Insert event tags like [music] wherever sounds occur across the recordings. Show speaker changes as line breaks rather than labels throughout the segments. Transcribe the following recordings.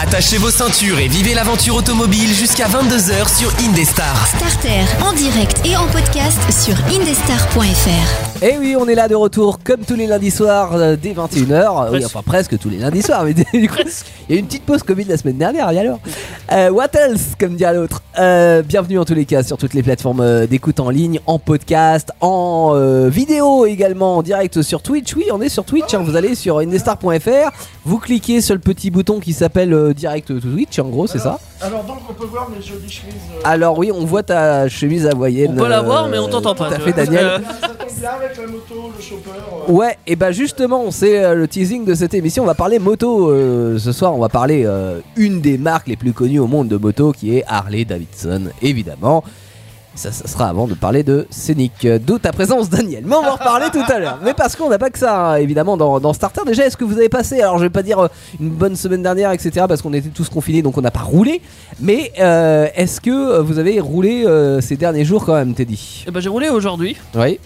Attachez vos ceintures et vivez l'aventure automobile jusqu'à 22h sur Indestar.
Starter en direct et en podcast sur indestar.fr.
Et Eh oui, on est là de retour comme tous les lundis soirs euh, dès 21h. Oui,
Presque.
enfin presque tous les lundis soirs, mais du coup, il y a eu une petite pause Covid la semaine dernière, et alors Euh, What else, comme dit l'autre Euh, Bienvenue en tous les cas sur toutes les plateformes euh, d'écoute en ligne, en podcast, en euh, vidéo également, en direct sur Twitch. Oui, on est sur Twitch, hein. vous allez sur indestar.fr, vous cliquez sur le petit bouton qui s'appelle euh, direct Twitch, en gros, c'est ça.
Alors donc on peut voir mes jolies chemises. euh,
Alors oui, on voit ta chemise
On
hawaïenne.
peut la
euh,
voir, mais on t'entend pas.
Tout à
tu
fait,
vois. [laughs]
Daniel.
Ça tombe bien avec la moto, le chopper. euh,
Ouais, et bah justement, c'est euh, le teasing de cette émission. On va parler moto euh, ce soir. On va parler euh, une des marques les plus connues au monde de moto qui est Harley Davidson, évidemment. Ça, ça sera avant de parler de Scénic. Euh, D'où ta présence, Daniel. Mais on va en reparler tout à l'heure. Mais parce qu'on n'a pas que ça, hein, évidemment, dans, dans Starter. Déjà, est-ce que vous avez passé, alors je vais pas dire euh, une bonne semaine dernière, etc., parce qu'on était tous confinés, donc on n'a pas roulé. Mais euh, est-ce que euh, vous avez roulé euh, ces derniers jours quand même, Teddy
Eh ben, j'ai roulé aujourd'hui.
Oui.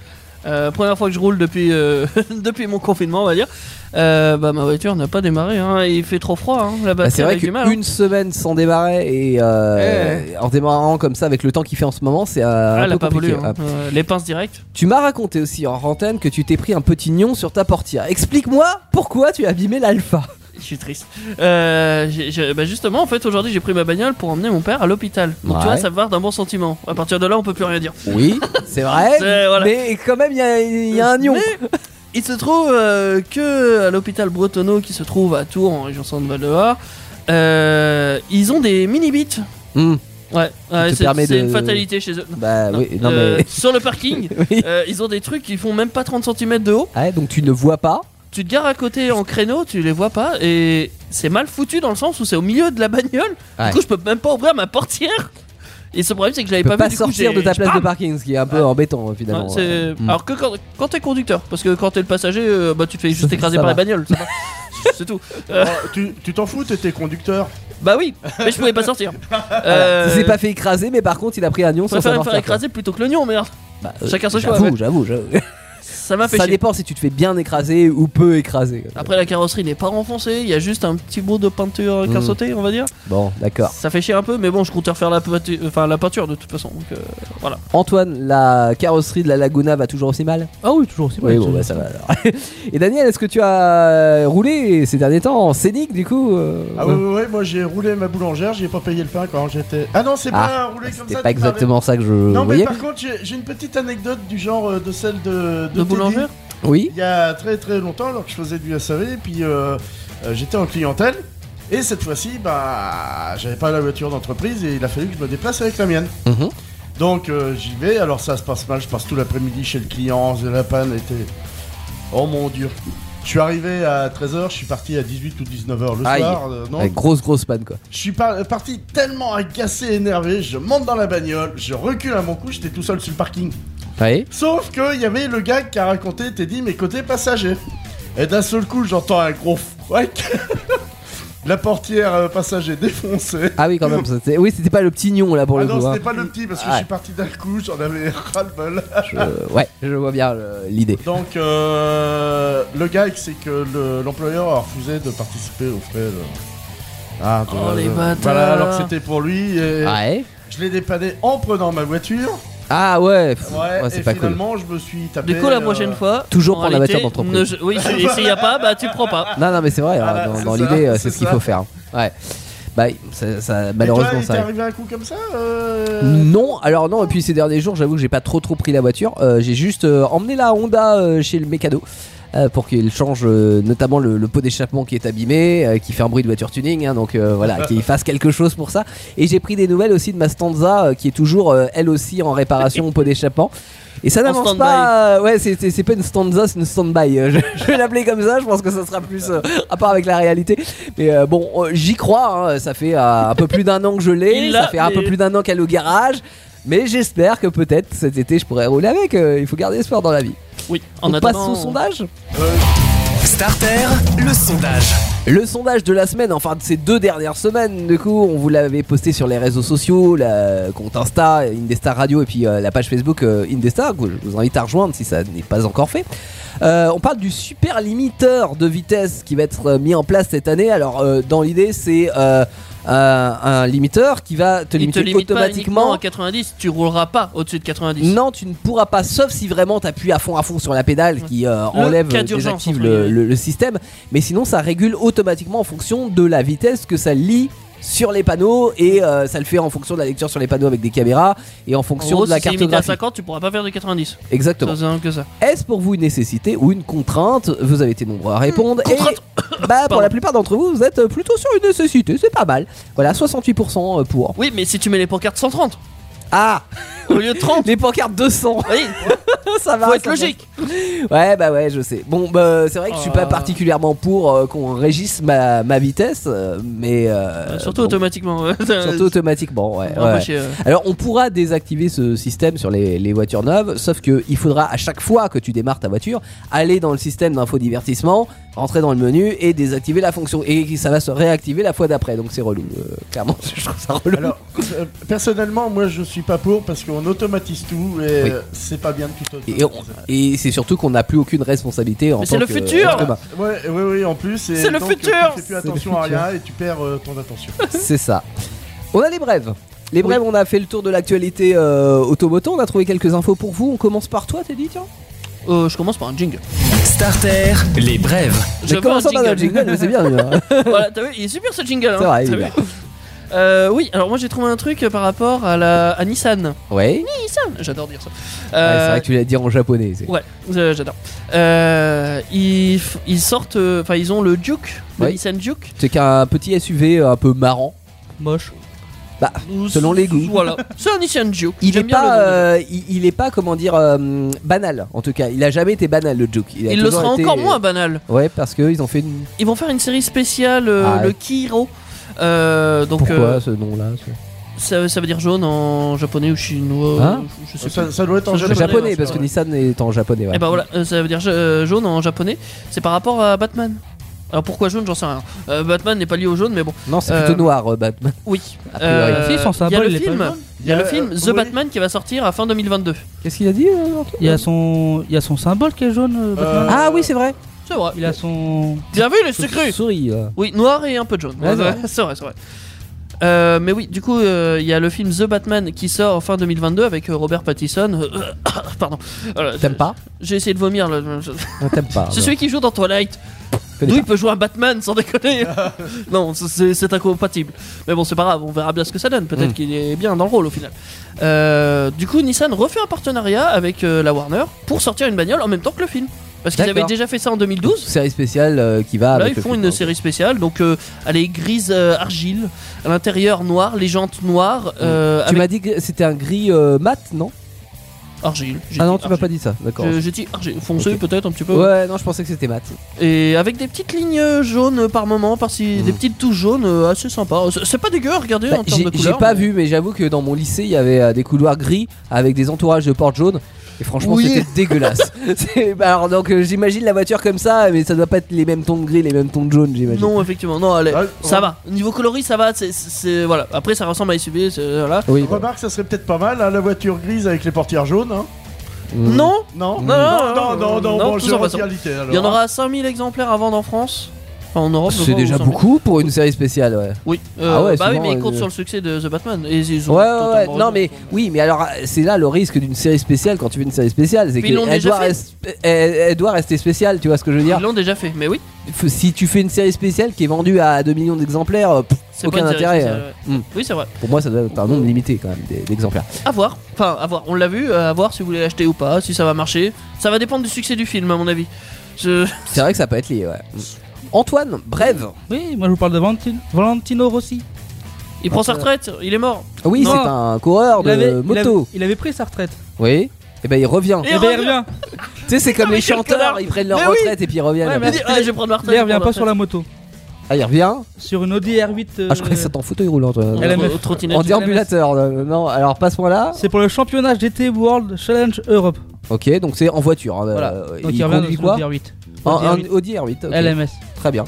Euh, première fois que je roule depuis, euh, [laughs] depuis mon confinement, on va dire. Euh, bah, ma voiture n'a pas démarré. hein. Il fait trop froid hein. la
Bah,
batterie
c'est vrai
elle a du
qu'une
mal. hein. Eh.
semaine sans démarrer et euh, en démarrant comme ça avec le temps qu'il fait en ce moment, c'est euh, un
Ah, elle
peu
a pas
compliqué.
voulu. hein.
Ah.
Euh, les pinces directes.
Tu m'as raconté aussi en rantaine que tu t'es pris un petit nion sur ta portière. Explique-moi pourquoi tu as abîmé l'alpha.
Je suis triste. Euh, j'ai- j'ai- bah, justement, en fait, aujourd'hui, j'ai pris ma bagnole pour emmener mon père à l'hôpital. Donc,
Ouais.
tu vois, ça me part d'un bon sentiment. À partir de là, on peut plus rien dire.
Oui, [laughs] c'est vrai.
C'est- voilà.
Mais quand même, il y a, il y a un nion.
Mais il se trouve euh, que à l'hôpital Bretonneau, qui se trouve à Tours, en région Centre-Val-de-Loire, euh, ils ont des mini-bits.
Hmm,
Ouais, ouais,
te
c'est
permet
c'est
de-
une fatalité chez eux.
bah
Non,
oui, non
euh,
mais.
sur le parking,
[laughs] Oui.
euh, ils ont des trucs qui font même pas 30 cm de haut.
Ouais, donc tu ne vois pas.
Tu te gares à côté en créneau, tu les vois pas et c'est mal foutu dans le sens où c'est au milieu de la bagnole.
Ouais.
Du coup, je peux même pas ouvrir ma portière. Et ce problème, c'est que je l'avais
Tu peux
pas,
pas,
vu. du coup,
sortir
j'ai-
de ta place
j'ai-
de parking, ce qui est un peu
Ouais.
embêtant euh, finalement.
Ouais, c'est-
Hmm.
Alors que quand, quand t'es conducteur, parce que quand t'es le passager, euh, bah tu te fais juste écraser
Ça
par
va.
la bagnole,
[laughs]
ça va. c'est tout.
oh, tu tu t'en fous, t'étais conducteur.
Bah oui, mais je pouvais pas sortir.
Il
Euh,
s'est pas fait écraser, mais par contre, il a pris un nion
je
sans
préfère me
savoir
faire
faire quoi.
écraser plutôt que l'oignon, merde.
Bah, euh,
Chacun son choix,
J'avoue,
ouais.
j'avoue, j'avoue.
Ça m'a fait
Ça
Ah, chier. Ah.
dépend si tu te fais bien écraser ou peu écraser.
Après, la carrosserie n'est pas renfoncée, il y a juste un petit bout de peinture
Mhm. Ah.
cassotée, on va dire.
Bon, d'accord.
Ça fait chier un peu, mais bon, je compte refaire la, peintu- enfin, la peinture de toute façon. donc, euh, voilà.
Antoine, la carrosserie de la Laguna va toujours aussi mal
Ah oui, toujours aussi.
Oui, bon, bah ça va alors. [laughs] Et Daniel, est-ce que tu as roulé ces derniers temps en scénic du coup euh,
Ah ouais, ouais, ouais, moi j'ai roulé ma boulangère, j'ai pas payé le pain quand j'étais. Ah non, c'est pas
Ah,
roulé
C'était
comme ça.
pas
tu parlais.
exactement ça que je
Non, mais
voyais.
par contre, j'ai j'ai une petite anecdote du genre euh, de celle de.
De
Teddy.
boulangère
Oui,
Il y a très très longtemps, alors que je faisais du SAV, et puis euh, euh, j'étais en clientèle. Et cette fois-ci, bah, j'avais pas la voiture d'entreprise et il a fallu que je me déplace avec la mienne.
Mhm.
Donc euh, j'y vais, alors ça se passe mal, je passe tout l'après-midi chez le client, la panne était... Oh mon dieu. Je suis arrivé à 13h, je suis parti à 18 ou 19h le
Aïe.
soir. euh, non
Avec grosse grosse panne quoi.
je suis par- parti tellement agacé, énervé, je monte dans la bagnole, je recule à mon cou, j'étais tout seul sur le parking.
Ah Oui.
Sauf qu'il y avait le gars qui a raconté, t'es dit, mes côtés passagers. Et d'un seul coup, j'entends un gros fouac. [laughs] la portière euh, passager défoncée.
Ah oui quand
[laughs]
même. ça, c'est- Oui, c'était pas le petit nion là pour
Ah
le
non,
coup.
c'était
hein.
pas le petit parce que
Ouais.
je suis parti d'un coup, j'en avais [laughs] ras-le-bol.
Je- Ouais, je vois bien euh, l'idée.
Donc, euh, le gag, c'est que le- l'employeur a refusé de participer aux frais. de- Ah, de-
Oh, les
voilà,
bâtards.
alors que c'était pour lui. Et
Ah Ouais.
Je l'ai dépanné en prenant ma voiture.
Ah ouais. pff,
Ouais,
ouais,
et
c'est pas cool.
finalement, je me suis tapé.
Du coup, la
euh,
prochaine fois.
Toujours
en
prendre la
réalité,
voiture d'entreprise.
ne je- Oui, si- et s'il y a pas, bah tu
[laughs]
prends pas.
Non, non, mais c'est vrai,
Voilà,
hein, dans,
Ah bah, c'est
dans
ça,
l'idée, euh, c'est
c'est
ce qu'il
ça.
faut faire. Ouais, bah, ça, ça-
Et toi,
malheureusement,
il t'est
ça arrive.
arrivé un coup comme ça euh,
Non, alors non, et puis ces derniers jours, j'avoue que j'ai pas trop trop pris la voiture. Euh, j'ai juste euh, emmené la Honda euh, chez le mécano euh, pour qu'il change euh, notamment le, le pot d'échappement qui est abîmé, euh, qui fait un bruit de voiture tuning, hein, donc euh, voilà, qu'il fasse quelque chose pour ça. Et j'ai pris des nouvelles aussi de ma Stanza euh, qui est toujours euh, elle aussi en réparation au pot d'échappement. Et ça n'avance
stand-by.
pas. euh, ouais, c'est- c'est c'est pas une stanza, c'est une stand-by. euh, je, je vais l'appeler comme ça, je pense que ça sera plus euh, à part avec la réalité. Mais euh, bon, euh, j'y crois, hein, ça fait euh, un peu plus d'un an que je l'ai,
Il
ça
l'a,
fait un peu
mais-
plus d'un an qu'elle est au garage. Mais j'espère que peut-être cet été je pourrai rouler avec. euh, il faut garder espoir dans la vie.
Oui, en
On passe
attendant.
au sondage
Starter, Euh, le sondage.
Le sondage de la semaine, enfin de ces deux dernières semaines, du coup, on vous l'avait posté sur les réseaux sociaux, le compte Insta, Indestar Radio et puis euh, la page Facebook euh, Indestar, que je vous invite à rejoindre si ça n'est pas encore fait. Euh, on parle du super limiteur de vitesse qui va être euh, mis en place cette année. Alors, euh, dans l'idée, c'est euh, un, un limiteur qui va te
Il te
limiter
limite pas uniquement
automatiquement.
à 90, tu rouleras pas au-dessus de 90.
Non, tu ne pourras pas, sauf si vraiment tu appuies à fond à fond sur la pédale qui euh, enlève,
cas d'urgence,
désactive
entre
le,
guillemets.
le- le système. Mais sinon, ça régule automatiquement en fonction de la vitesse que ça lit sur les panneaux et euh, ça le fait en fonction de la lecture sur les panneaux avec des caméras et en
En
fonction
gros,
de la
si c'est limité à
cartographie.
50, tu pourras pas faire de 90. C'est
Exactement.
aussi simple que ça.
Est-ce pour vous une nécessité ou une contrainte Vous avez été nombreux à répondre. et-
Hmm. contrainte.
[coughs] bah, pour
Pardon.
la plupart d'entre vous, vous êtes plutôt sur une nécessité, c'est pas mal. Voilà, 68% pour.
Oui, mais si tu mets les pancartes 130
Ah
au lieu
[laughs]
de 30,
Les pancartes 200,
oui,
ça va.
faut être
ça va.
logique.
Ouais, bah ouais, je sais. Bon, bah, c'est vrai que je suis pas
Euh.
particulièrement pour euh, qu'on régisse ma, ma vitesse, euh, mais. euh,
Euh, surtout
bon,
automatiquement. [laughs]
surtout automatiquement, ouais.
Vraiment
ouais.
chier, euh.
Alors, on pourra désactiver ce système sur les, les voitures neuves, sauf que il faudra à chaque fois que tu démarres ta voiture, aller dans le système d'infodivertissement, rentrer dans le menu et désactiver la fonction. Et ça va se réactiver la fois d'après, donc c'est relou. euh, clairement, [laughs] je trouve ça relou.
Alors, euh, personnellement, moi je suis pas pour parce qu'on automatise tout et
Oui.
euh, c'est pas bien de tout automatiser.
et on- et c'est surtout qu'on n'a plus aucune responsabilité en
Mais
tant
c'est le
que-
futur
être humain.
Ouais, oui, oui, en plus. et
C'est le
donc, Tu
futur
fais plus
C'est le
attention à
futur.
rien et tu perds euh, ton attention.
C'est ça. On a les brèves. Les brèves, on a fait le tour de l'actualité euh, automoto, on a trouvé quelques infos pour vous. On commence par toi, t'es dit, tiens
Euh, je commence par un jingle.
Starter, les brèves.
Je veux
commençons par
un
notre jingle, mais c'est bien.
[laughs]
bien.
voilà, t'as vu, il est super ce jingle. hein.
C'est vrai, il
T'as
est
vu
bien.
[laughs] Euh, oui, alors moi j'ai trouvé un truc euh, par rapport à la à Nissan.
Ouais.
Nissan, j'adore dire ça.
Ouais,
Euh,
c'est vrai que tu l'as dit en japonais. c'est-
Ouais, euh, j'adore. Euh, ils, f- ils sortent, euh, enfin ils ont le Duke, le
Oui.
Nissan Duke.
C'est qu'un petit SUV euh, un peu marrant.
Moche.
Bah, selon les goûts.
Voilà, c'est un Nissan Duke.
Il est
J'aime bien le
pas,
nom de-
euh, il, il est pas comment dire euh, banal. En tout cas, il a jamais été banal le Juke. a
Il le
toujours
sera
été- euh,
encore moins banal.
Ouais, parce que ils ont fait une.
Ils vont faire une série spéciale, euh,
Ah ouais.
le Kiro. Euh, donc
Pourquoi
euh,
ce nom-là ce-
ça, ça veut dire jaune en japonais ou chinois.
Hein
je- je sais
Ça,
plus.
ça doit être en
C'est
C'est
japonais.
japonais,
ouais,
parce que
ouais.
Nissan est en japonais. Ouais.
Et bah voilà, euh, ça veut dire ja- euh, jaune en japonais. C'est par rapport à Batman. Alors pourquoi jaune, j'en sais rien. Euh, Batman n'est pas lié au jaune, mais bon,
Non, c'est
Euh,
plutôt noir, euh, Batman.
oui. Euh,
A priori.
Si, son
il y a
symbole,
le
il est pas
film,
jaune.
il y a le film
euh,
The
oui.
Batman qui va sortir à fin 2022.
Qu'est-ce qu'il a dit euh, Antoine
Il y a son, il y a son symbole qui est jaune. euh, Batman.
Ah oui, c'est vrai.
C'est vrai.
Il a son.
Bien vu, les secrets
Souris. euh.
Oui, noir et un peu de jaune.
Ouais,
Ouais,
c'est vrai.
[laughs] c'est vrai, c'est vrai. Euh, mais oui, du coup, euh, il y a le film The Batman qui sort fin 2022 avec euh, Robert Pattinson. [coughs] Euh, pardon. Voilà,
T'aimes pas
J'ai essayé de vomir. là.
Non, T'aimes pas.
C'est celui qui joue dans Twilight.
connais bah.
D'où
pas.
il peut jouer un Batman sans déconner. [laughs] non, c'est- c'est c'est incompatible. Mais bon, c'est pas grave, on verra bien ce que ça donne. Peut-être
Mm.
qu'il est bien dans le rôle au final. Euh, du coup, Nissan refait un partenariat avec euh, la Warner pour sortir une bagnole en même temps que le film. Parce qu'ils
D'accord.
avaient déjà fait ça en
Une
2012.
série spéciale euh, qui va.
Là,
avec
ils
le
font
film,
une
hein.
série spéciale. Donc, euh, elle est grise euh, argile. À l'intérieur, noir. Les jantes noires. euh,
Mm. Tu
avec-
m'as dit que c'était un gris euh, mat, non
Argile. j'ai
Ah non,
dit
tu m'as pas
argile.
dit ça. D'accord.
Je- J'ai dit argile. Foncé,
Ok.
peut-être un petit peu.
Ouais, non, je pensais que c'était mat.
Et avec des petites lignes jaunes par moment, par si
Mm.
des petites touches jaunes euh, assez sympa. C'est- C'est pas dégueu, regardez
Bah,
en termes
J'ai
de
j'ai
couleur.
pas
mais-
vu, mais j'avoue que dans mon lycée, il y avait euh, des couloirs gris avec des entourages de portes jaunes. Et franchement,
Oui.
c'était
[laughs]
dégueulasse. [laughs] C'est- bah, Alors, donc, euh, j'imagine la voiture comme ça, mais ça doit pas être les mêmes tons de gris, les mêmes tons de jaune, j'imagine.
Non, effectivement, non, allez,
Ah,
ça
ouais.
va. Niveau coloris, ça va. c'est- c'est- c'est- voilà. Après, ça ressemble à SUV, c'est- voilà.
Oui, bah,
Remarque, ça serait peut-être pas mal, hein, la voiture grise avec les portières jaunes. hein.
mm.
Non,
Non,
Non, non,
non,
non,
non, non,
non,
bon,
tous
je
en façon.
réalité, alors.
il y en aura 5000 exemplaires à vendre en France. Enfin, en Europe, je
C'est
crois, ou
déjà
5000.
beaucoup pour une série spéciale, ouais.
Oui, euh,
Ah ouais,
bah oui,
souvent,
mais ils comptent
euh,
sur le succès de The Batman. Et
Ouais,
ils ont
ouais,
totalement
ouais.
raison.
Non, mais oui, mais alors euh, c'est là le risque d'une série spéciale quand tu fais une série spéciale, c'est
Mais ils l'ont
qu'elle
déjà
doit,
fait.
res- elle- elle doit rester spéciale, tu vois ce que je veux
Ils
dire
l'ont déjà fait, mais oui,
Faut- Si tu fais une série spéciale qui est vendue à 2 millions d'exemplaires, euh, pff,
c'est
Aucun
pas une série
intérêt,
spéciale, ouais.
Mm.
Oui, c'est vrai.
pour moi ça doit être un nombre limité quand même d'e- d'exemplaires.
À voir. Enfin, à voir. On l'a vu, euh, à voir si vous voulez l'acheter ou pas, si ça va marcher. Ça va dépendre du succès du film, à mon avis. Je...
C'est vrai que ça peut être lié, ouais. Antoine, brève.
Oui, moi je vous parle de Valentino, Valentino Rossi.
Il prend sa retraite, il est mort.
Oui,
Non.
c'est un coureur de
il,
Oh, bah, moto.
avait, il avait pris sa retraite.
Oui. Et ben il revient.
Et
Eh ben, il
revient.
revient.
Tu sais, c'est comme
mais
les
quel
chanteurs,
connard
ils prennent leur
Mais Euh, oui.
retraite et puis ils reviennent.
Ouais,
après.
mais-
Il dit, allez, je vais prendre ma retraite.
Il revient pas sur la moto.
Ah, il revient
Sur une Audi R8. euh,
Ah, je croyais que c'était en fauteuil roulant, toi.
Elle a-
moto.
En déambulateur, euh, non Alors, pas ce point-là.
C'est pour le championnat GT World Challenge Europe.
Ok, donc c'est en voiture. hein,
Voilà.
euh,
Donc
il
il revient
conduit
dans
quoi
une Audi R8.
Un- un
Audi R8.
Audi R8. ok.
LMS.
Très bien.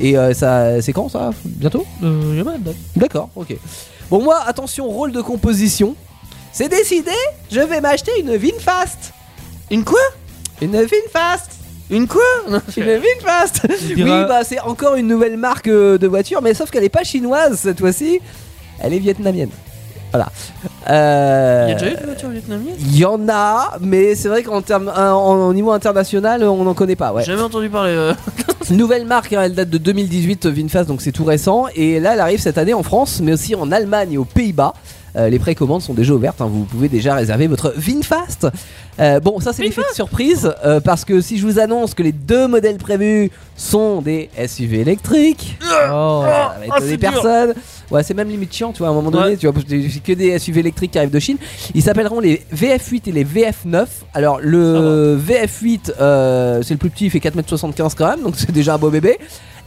Et euh, ça, c'est quand ça Bientôt
Euh, y a pas de date.
D'accord, ok. Bon, moi, attention, rôle de composition. C'est décidé, je vais m'acheter une Vinfast.
Une quoi
Une Vinfast
Une quoi Non,
[laughs] Une Vinfast
Il
Oui,
dira-
bah c'est encore une nouvelle marque euh, de voiture, mais sauf qu'elle n'est pas chinoise cette fois-ci, elle est vietnamienne. Voilà. Euh,
Il y a déjà eu des voitures vietnamiennes
Il y en a, mais c'est vrai qu'en termes, en, en- au niveau international, on n'en connaît pas. Ouais.
Jamais entendu parler. euh.
Nouvelle marque, hein, elle date de 2018, euh, Vinfast, donc c'est tout récent. Et là, elle arrive cette année en France, mais aussi en Allemagne et aux Pays-Bas. Euh, les précommandes sont déjà ouvertes, hein, vous pouvez déjà réserver votre Vinfast. Euh, bon, ça c'est l'effet de surprise, euh, parce que si je vous annonce que les deux modèles prévus sont des SUV électriques,
Oh.
ça va
ah,
étonner
c'est dur.
personne. Ouais, c'est même limite chiant, tu vois, à un moment donné,
Ouais.
tu vois, parce que c'est que des SUV électriques qui arrivent de Chine. Ils s'appelleront les VF8 et les VF9. Alors, le VF8, euh, c'est le plus petit, il fait 4m75 quand même, donc c'est déjà un beau bébé.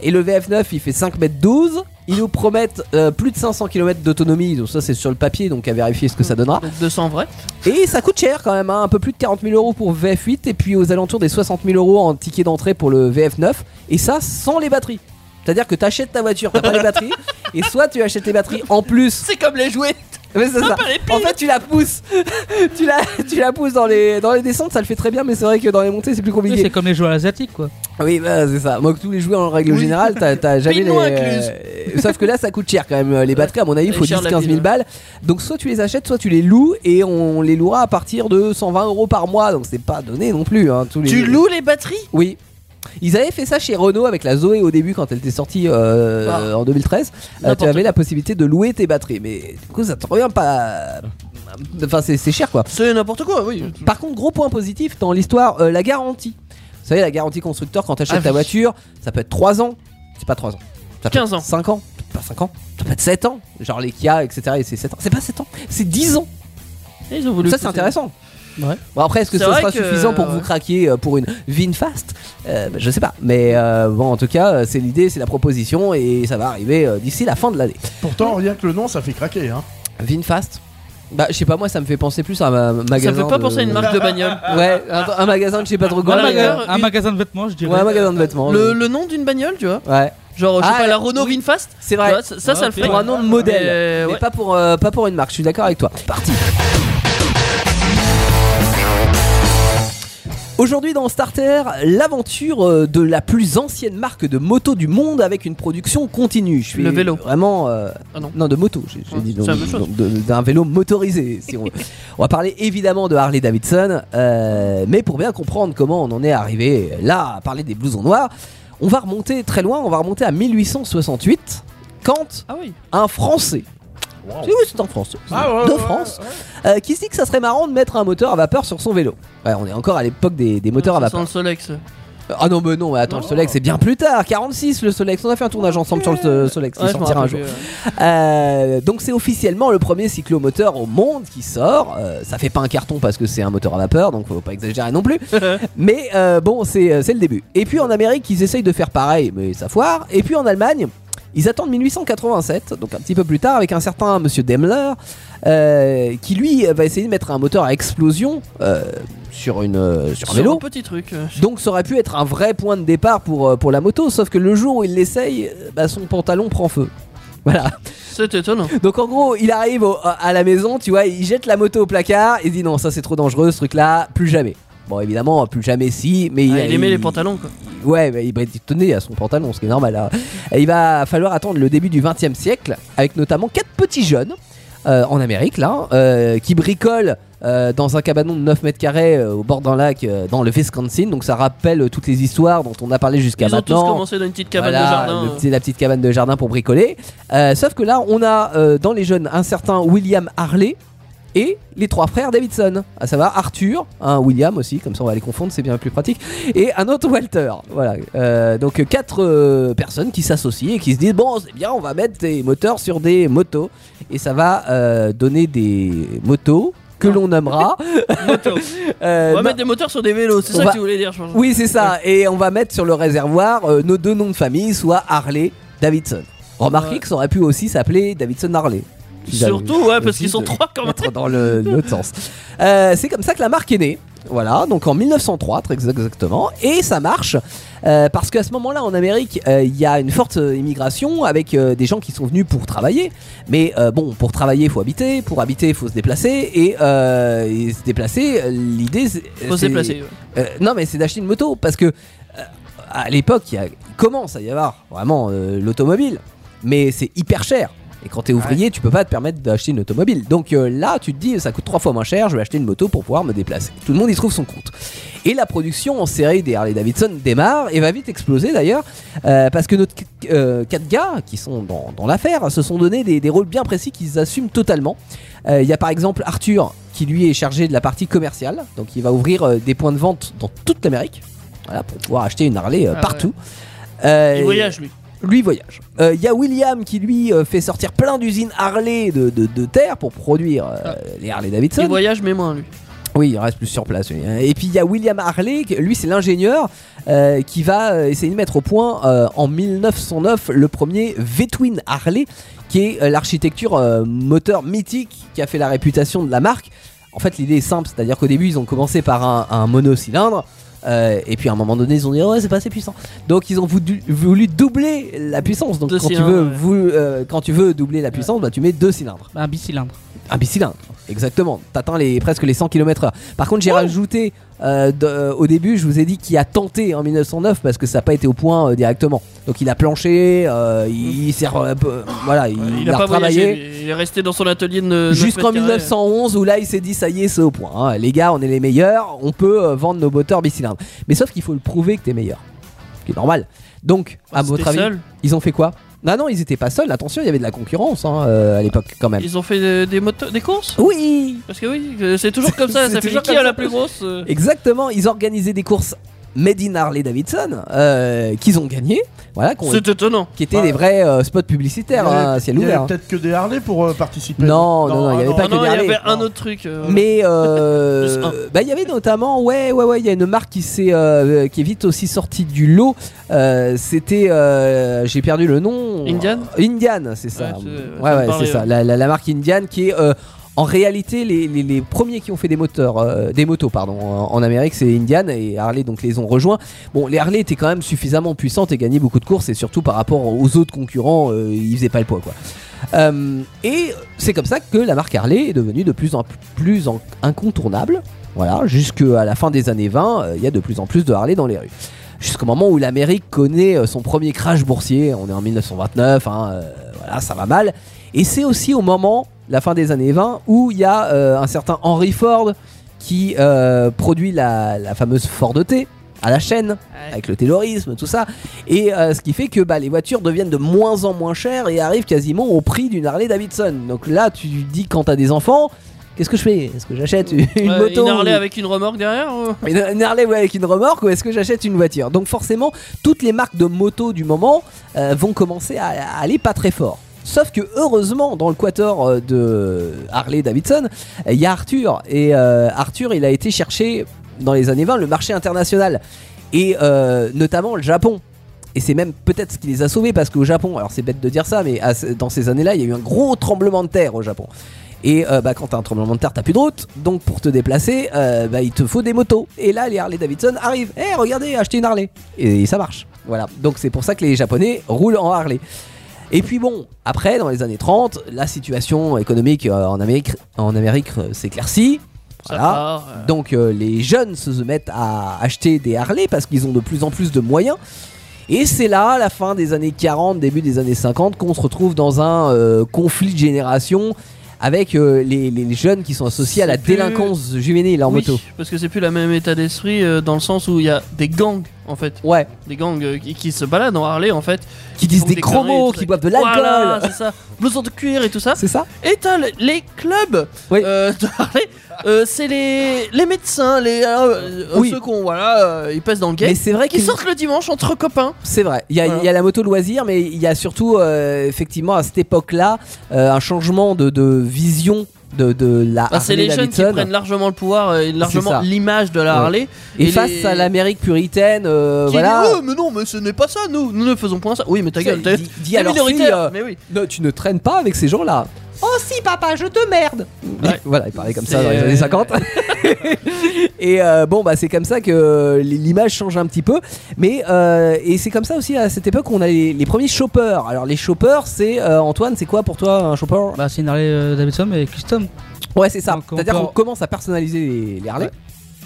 Et le VF9, il fait 5m12. Ils nous promettent euh, plus de 500 km d'autonomie, donc ça c'est sur le papier, donc à vérifier
Mm.
ce que ça donnera.
Donc 200 vrai.
Et ça coûte cher quand même, hein, un peu plus de 40 000 euros pour VF8 et puis aux alentours des 60 000 euros en ticket d'entrée pour le VF9. Et ça sans les batteries. C'est-à-dire que t'achètes ta voiture, t'as pas les [laughs] batteries, et soit tu achètes les batteries en plus.
C'est comme les jouets. [laughs]
Mais c'est ça.
pas les
En fait, tu la pousses, [laughs] tu la, tu la pousses dans les, dans les descentes, ça le fait très bien, mais c'est vrai que dans les montées c'est plus
Oui,
compliqué.
c'est comme les joueurs asiatiques quoi.
Oui, bah, c'est ça. Moi, que tous les joueurs en règle
Oui.
générale, t'as,
[laughs]
t'as jamais les.
Pino
euh, Sauf que là, ça coûte cher quand même. euh, Les batteries, à mon avis, il faut
Et cher la
10-15
pile,
000
ouais.
balles. Donc, soit tu les achètes, soit tu les loues. Et on les louera à partir de 120 euros par mois. Donc, c'est pas donné non plus. hein, tous les...
Tu loues les batteries
Oui. Ils avaient fait ça chez Renault avec la Zoé au début quand elle était sortie euh,
Ah.
en 2013. Euh,
N'importe
tu avais la possibilité de louer tes batteries. Mais du coup, ça te revient pas. Enfin, c'est- c'est cher quoi.
C'est n'importe quoi, oui.
Par contre, gros point positif dans l'histoire, euh, la garantie. Vous savez, la garantie constructeur, quand t'achètes
Ah
ta
oui.
voiture, ça peut être 3 ans. C'est pas 3 ans. Ça peut
15
être
ans.
5 ans. Pas 5 ans. Ça peut être 7 ans. Genre les Kia, etc. et c'est 7 ans. C'est pas 7 7 ans. C'est 10 ans.
Ils ont voulu
ça, c'est
pousser.
intéressant.
Ouais.
Bon, après, est-ce que
C'est
ça
vrai
sera
que-
suffisant pour vous
ouais.
craquer euh, pour une Vinfast Euh, bah, Je sais pas. Mais euh, bon, en tout cas, euh, c'est l'idée, c'est la proposition et ça va arriver euh, d'ici la fin de l'année.
Pourtant, rien que le nom, ça fait craquer. Hein.
Vinfast Bah, je sais pas, moi, ça me fait penser plus à un ma-
Ça
magasin.
peut pas
de-
penser à une marque de
[laughs]
bagnole.
Ouais, un, un magasin de je sais pas trop quoi.
Ah, la
un, magasin-
rigueur,
un
une-
magasin de vêtements, je dirais.
Ouais, un magasin de vêtements.
Le,
Oh, oui.
le nom d'une bagnole, tu vois.
Ouais,
Genre, je sais
Ah,
pas,
euh,
la Renault
oui.
Vinfast.
c'est
Tu
vrai.
vois, ça, ça, ça le
Ouais,
fait.
Pour un nom de modèle.
Euh,
mais
ouais.
pas pour, euh, pas pour une marque, je suis d'accord avec toi. Parti. Aujourd'hui dans Starter, l'aventure euh, de la plus ancienne marque de moto du monde avec une production continue. Je suis
Le vélo.
Vraiment. euh,
Ah non.
de moto. J'ai j'ai
Ouais,
dit
c'est
donc-
la même chose.
donc de- d'un vélo motorisé. si
[laughs]
on, veut. on va parler évidemment de Harley Davidson, euh, mais pour bien comprendre comment on en est arrivé là à parler des blousons noirs, on va remonter très loin. On va remonter à 1868 quand
Ah oui.
un Français.
Wow.
Oui, oui, c'est un Français.
Ah,
de France. euh, qui se dit que ça serait marrant de mettre un moteur à vapeur sur son vélo. Ouais, on est encore à l'époque des, des moteurs à
Ça sent
vapeur.
le Solex.
Ah non, mais non, mais attends, le Solex, c'est bien plus tard. 46, le Solex. On a fait un tournage ensemble sur le so- Solex. il
Ouais, je m'en
sortira un
rappelle
jour.
plus, ouais.
Euh, donc c'est officiellement le premier cyclomoteur au monde qui sort. Euh, ça fait pas un carton parce que c'est un moteur à vapeur, donc faut pas exagérer non plus. [laughs] mais euh, bon, c'est euh, c'est le début. Et puis en Amérique, ils essayent de faire pareil, mais ça foire. Et puis en Allemagne, ils attendent 1887, donc un petit peu plus tard, avec un certain monsieur Daimler, euh, qui lui euh, va essayer de mettre un moteur à explosion euh, sur, une, euh, sur un
Sur
vélo.
un petit truc. euh.
Donc ça aurait pu être un vrai point de départ pour, euh, pour la moto, sauf que le jour où il l'essaye, euh, bah, son pantalon prend feu. Voilà.
C'est étonnant.
Donc en gros, il arrive au- à à la maison, tu vois, il jette la moto au placard, il dit non, ça c'est trop dangereux ce truc-là, plus jamais. Bon, évidemment, plus jamais si, mais
Ah, il aimait les pantalons, quoi.
Ouais, mais il va être étonné à son pantalon, ce qui est normal. hein. Et il va falloir attendre le début du 20 siècle, avec notamment quatre petits jeunes euh, en Amérique, là, euh, qui bricolent euh, dans un cabanon de 9 mètres carrés euh, au bord d'un lac euh, dans le Wisconsin. Donc ça rappelle toutes les histoires dont on a parlé jusqu'à
Ils ont tous
maintenant.
commencé dans une petite cabane
Voilà,
de jardin.
le
euh. [laughs]
petit- la petite cabane de jardin pour bricoler. Euh, sauf que là, on a euh, dans les jeunes un certain William Harley et les trois frères Davidson, à savoir Arthur, un William aussi, comme ça on va les confondre, c'est bien plus pratique, et un autre Walter. Voilà. Euh, donc euh, quatre euh, personnes qui s'associent et qui se disent bon, c'est bien, on va mettre des moteurs sur des motos et ça va euh, donner des motos que l'on
[laughs]
nommera.
Moto.
euh,
On va
non-
mettre des moteurs sur des vélos, c'est
On
ça
va-
que tu voulais dire, je pense.
oui, c'est ça. Et on va mettre sur le réservoir euh, nos deux noms de famille, soit Harley Davidson. Remarquez
Ouais.
que ça aurait pu aussi s'appeler Davidson Harley. Ils avaient
[laughs] Surtout, ouais, parce
aussi
qu'ils
[laughs]
sont
de
trois quand même.
mettre dans le- l'autre sens. Euh, c'est comme ça que la marque est née. Voilà, donc en 1903 très ex- exactement. Et ça marche euh, parce qu'à ce moment-là, en Amérique, euh, il y a une forte euh, immigration avec euh, des gens qui sont venus pour travailler. Mais euh, bon, pour travailler, faut habiter. Pour habiter, faut se déplacer. Et, euh, et se déplacer, euh, l'idée, c'est-
Faut se
c'est-
déplacer. ouais.
euh, non, mais c'est d'acheter une moto parce que euh, à l'époque, il y a- il commence à y avoir vraiment euh, l'automobile, mais c'est hyper cher. Et quand t'es ouvrier, tu peux pas te permettre d'acheter une automobile. Donc euh, là, tu te dis, ça coûte trois fois moins cher, je vais acheter une moto pour pouvoir me déplacer. Tout le monde y trouve son compte. Et la production en série des Harley Davidson démarre et va vite exploser d'ailleurs, euh, parce que notre qu- euh, quatre gars qui sont dans, dans l'affaire se sont donné des, des rôles bien précis qu'ils assument totalement. Euh, Il y a par exemple Arthur qui lui est chargé de la partie commerciale, donc il va ouvrir euh, des points de vente dans toute l'Amérique, voilà, pour pouvoir acheter une Harley euh,
Ah
partout. Euh,
Il voyage lui.
lui voyage. Il y a William qui lui euh, fait sortir plein d'usines Harley de, de- de terre pour produire euh, les Harley Davidson.
Ah. Il voyage mais moins lui.
Oui, il reste plus sur place. oui. Et puis il y a William Harley, qui- lui c'est l'ingénieur euh, qui va euh, essayer de mettre au point euh, en 1909 le premier V-Twin Harley, qui est euh, l'architecture euh, moteur mythique qui a fait la réputation de la marque. En fait, l'idée est simple, c'est-à-dire qu'au début ils ont commencé par un, un monocylindre. euh, et puis à un moment donné, ils ont dit ouais c'est pas assez puissant. Donc ils ont voulu, voulu doubler la puissance. Donc
Deux
quand tu,
cylindres,
veux,
ouais.
vou- euh, quand tu veux doubler la puissance, bah, tu mets deux cylindres.
Bah, un bicylindre.
Un bicylindre, exactement. T'atteins les, presque les 100 km/h. Par contre, j'ai rajouté euh, de- euh, au début, je vous ai dit qu'il a tenté en 1909 parce que ça n'a pas été au point euh, directement. Donc il a planché, euh, il, il s'est re- un peu- voilà, il,
Il,
a,
a pas voyagé.
travaillé
lui. Il est resté dans son atelier de neuf
jusqu'en
mètres carrés.
1911 où là il s'est dit ça y est, c'est au point. hein. Les gars, on est les meilleurs, on peut euh, vendre nos moteurs bicylindres. Mais sauf qu'il faut le prouver que t'es meilleur, ce qui est normal. Donc, à
Ah, C'était
votre avis,
seul.
ils ont fait quoi Non, non, ils étaient pas seuls. Attention, il y avait de la concurrence hein, euh, à l'époque quand même.
Ils ont fait des, des motos, des courses
Oui,
Parce que oui, euh, c'est toujours comme
[laughs]
ça.
C'est
ça fait
toujours
qui
comme
a la
ça.
plus grosse euh,
Exactement, ils organisaient des courses Made in Harley Davidson euh, qu'ils ont gagné, voilà, qu'on-
C'est étonnant.
qui étaient des vrais euh, spots publicitaires, hein, à ciel
il y avait
ouvert. hein.
peut-être que des Harley pour euh, participer.
Non, non, non, il y
ah
avait pas
Ah
que
non,
des
il y
Harley.
avait un
non.
autre truc. euh,
Mais euh,
Juste un.
bah, il y avait notamment ouais ouais ouais il y a une marque qui s'est euh, qui est vite aussi sortie du lot euh, c'était euh, j'ai perdu le nom
Indian
Indian c'est ça
Ouais, c'est-
ouais
ça me
ouais,
parlait,
c'est ça
ouais.
la, la- la marque Indian qui est euh, en réalité, les, les- les premiers qui ont fait des moteurs, euh, des motos, pardon, en, en Amérique, c'est Indian et Harley, donc les ont rejoints. Bon, les Harley étaient quand même suffisamment puissantes et gagnaient beaucoup de courses, et surtout par rapport aux autres concurrents, euh, ils faisaient pas le poids, quoi. Euh, et c'est comme ça que la marque Harley est devenue de plus en plus en- incontournable. Voilà, jusqu'à la fin des années 20, euh, il y a de plus en plus de Harley dans les rues. Jusqu'au moment où l'Amérique connaît euh, son premier crash boursier, on est en 1929, hein, euh, voilà, ça va mal. Et c'est aussi au moment, la fin des années 20, où il y a euh, un certain Henry Ford qui euh, produit la, la fameuse Ford T à la chaîne avec le terrorisme, tout ça. Et euh, ce qui fait que bah, les voitures deviennent de moins en moins chères et arrivent quasiment au prix d'une Harley Davidson. Donc là, tu te dis quand t'as des enfants, qu'est-ce que je fais Est-ce que j'achète une
ouais,
moto
Une Harley
ou-
avec une remorque derrière euh,
[laughs] une, une Harley ouais, avec une remorque ou est-ce que j'achète une voiture Donc forcément, toutes les marques de moto du moment euh, vont commencer à, à aller pas très fort. Sauf que heureusement, dans le quator euh, de Harley Davidson, euh, il y a Arthur. Et euh, Arthur, il a été chercher dans les années 20 le marché international. Et euh, notamment le Japon. Et c'est même peut-être ce qui les a sauvés parce qu'au Japon, alors c'est bête de dire ça, mais à ce- dans ces années-là, il y a eu un gros tremblement de terre au Japon. Et euh, bah, quand t'as un tremblement de terre, t'as plus de route. Donc pour te déplacer, euh, bah, il te faut des motos. Et là, les Harley Davidson arrivent. Eh, regardez, achetez une Harley. Et ça marche. Voilà. Donc c'est pour ça que les Japonais roulent en Harley. Et puis bon, après, dans les années 30, la situation économique euh, en Amérique, en Amérique euh, s'éclaircit.
ça
Voilà.
part, euh,
Donc euh, les jeunes se mettent à acheter des Harley parce qu'ils ont de plus en plus de moyens. Et c'est là, à la fin des années 40, début des années 50, qu'on se retrouve dans un euh, conflit de génération avec euh, les, les jeunes qui sont associés à la
C'est plus-
délinquance juvénile hein, en
oui,
moto.
Parce que c'est plus la même état d'esprit euh, dans le sens où il y a des gangs en fait.
Ouais,
Des gangs euh, qui, qui se baladent en Harley en fait.
qui disent
font
des gros
conneries et
mots,
tout
qui
ça.
boivent de l'alcool.
Voilà, c'est ça. Blousons de cuir et tout ça.
C'est ça
Et t'as le- les clubs
Oui.
euh, [laughs] de Harley. Euh, c'est les, les médecins, les, euh, euh,
Oui.
ceux qu'on, voilà, euh, ils passent dans le
Mais
game.
c'est vrai
Qui
qu'ils
sortent le dimanche entre copains.
C'est vrai, il y, a,
Voilà.
il y a la moto loisir, mais il y a surtout, euh, effectivement, à cette époque-là, euh, un changement de, de vision de, de la
Ah, c'est
Harley
les jeunes qui
Davidson.
prennent largement le pouvoir euh, et
ça.
largement l'image de la
Ouais.
Harley.
Et,
Et
face
les-
à l'Amérique puritaine, euh,
Qui
voilà.
dit, Ouais, mais non, mais ce n'est pas ça, nous. Nous ne faisons point ça. Oui, mais ta gueule, t'es
Dis- dis
t'es
à leur fille,
minoritaire.
euh,
Mais oui.
Non, tu ne traînes pas avec ces gens-là.
Oh si, papa, je te
[laughs]
merde
Ouais.
Voilà, il parlait comme ça
C'est-
dans les années 50. [laughs] et euh, bon, bah, c'est comme ça que l'image change un petit peu. Mais euh, et c'est comme ça aussi à cette époque on a les, les premiers shoppers. Alors les shoppers, c'est euh, Antoine, c'est quoi pour toi un shopper
Bah, c'est une Harley euh, Davidson mais custom.
Ouais, c'est ça.
Donc, on
C'est-à-dire
peut-
qu'on commence à personnaliser les, les Harley.
Ouais.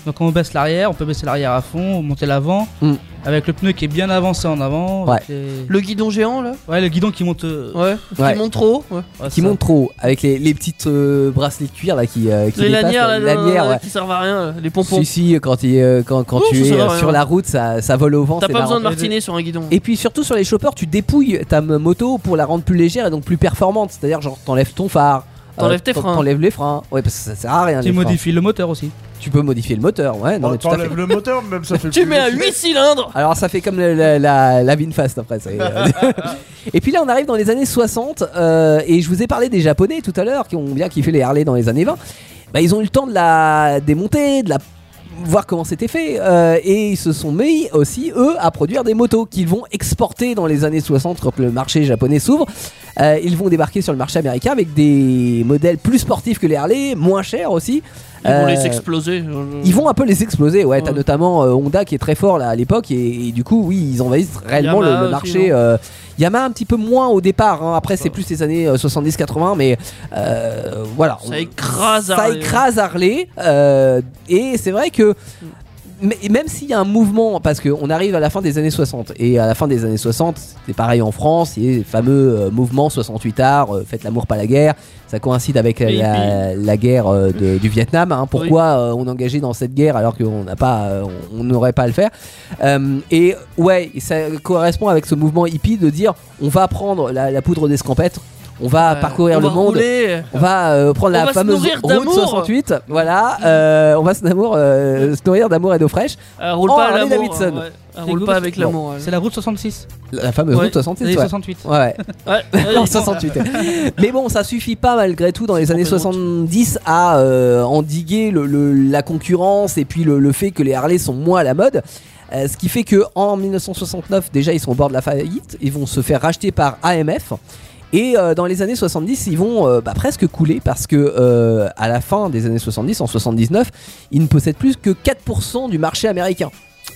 Donc on baisse l'arrière, on peut baisser l'arrière à fond, monter l'avant,
Mm.
avec le pneu qui est bien avancé en avant. avec les-
Le guidon géant là
Ouais, le guidon qui monte. euh,
Ouais.
Ouais.
Qui monte trop haut, ouais.
ouais,
Qui
ça.
montent trop haut, avec les, les petites euh, bracelets de cuir là qui, euh, qui
Les
dépassent,
lanières là,
les lanières,
là,
ouais.
qui servent à rien, là, les pompons.
Si si quand, il, euh, quand, quand
Oh, ça
tu es
sert à
euh,
rien.
sur la route ça, ça vole au vent
T'as
c'est
pas besoin de
marrant.
martiner sur un guidon.
Et puis surtout sur les choppers, tu dépouilles ta m- moto pour la rendre plus légère et donc plus performante. C'est-à-dire, genre, t'enlèves ton phare. euh,
T'enlèves tes
t'en-
freins.
T'enlèves les freins. Ouais, parce que ça sert à rien.
Qui
les freins.
modifie le moteur aussi.
Tu peux modifier le moteur, ouais. Non, mais tout à fait.
T'enlèves le moteur, même ça fait
Tu
plus
mets à
léger.
8 cylindres
Alors ça fait comme la, la, la, la Vinfast après. ça y
[laughs]
est. et puis là on arrive dans les années 60 euh, et je vous ai parlé des Japonais tout à l'heure qui ont bien kiffé les Harley dans les années 20. Bah, ils ont eu le temps de la démonter, de la voir comment c'était fait euh, et ils se sont mis aussi eux à produire des motos qu'ils vont exporter dans les années 60 quand le marché japonais s'ouvre. Euh, ils vont débarquer sur le marché américain avec des modèles plus sportifs que les Harley, moins chers aussi.
Ils vont les
Euh,
exploser.
ils vont un peu les exploser, ouais. T'as
Ouais.
notamment euh, Honda qui est très fort là à l'époque et, et du coup, oui, ils envahissent réellement le-
Yamaha
le,
aussi,
marché.
non
euh, Yamaha un petit peu moins au départ. hein. Après, c'est plus les années euh, 70-80, mais euh, voilà.
Ça écrase
Ça
Harley.
écrase Harley. euh, et c'est vrai que. mais- Même s'il y a un mouvement, parce qu'on arrive à la fin des années 60, et à la fin des années 60, c'est pareil en France, il y a les fameux euh, mouvements 68 art, euh, faites l'amour pas la guerre, ça coïncide avec euh,
Et
la, la guerre euh, de- du Vietnam. hein. pourquoi euh, on est engagé dans cette guerre alors qu'on n'a pas, euh, on on n'aurait pas à le faire Euh, Et ouais, et ça correspond avec ce mouvement hippie de dire on va prendre la, la poudre d'escampette, on va
Ouais.
parcourir
Euh, On
le
va
monde.
rouler.
On va euh, prendre
On
la
va se
fameuse
nourrir
route
d'amour.
68. Voilà, euh, on va se, d'amour, euh, se nourrir d'amour et d'eau fraîche.
Elle Euh, roule
Oh,
pas à
Harley
l'amour.
Davidson.
ouais. Elle
C'est
roule
cool.
pas avec
Bon.
l'amour. elle.
C'est la route 66.
La fameuse
Ouais,
Euh, route 68.
Les
ouais.
68.
Ouais, ouais.
Ouais,
[laughs] Non,
ouais,
68. Mais bon, ça suffit pas malgré tout dans les années
complètement
70 à euh, endiguer le- le- la concurrence et puis le, le fait que les Harley sont moins à la mode. Euh, ce qui fait que en 1969, déjà, ils sont au bord de la faillite. Ils vont se faire racheter par AMF. Et euh, dans les années 70, ils vont euh, bah, presque couler parce que euh, à la fin des années 70, en 79, ils ne possèdent plus que 4% du marché américain.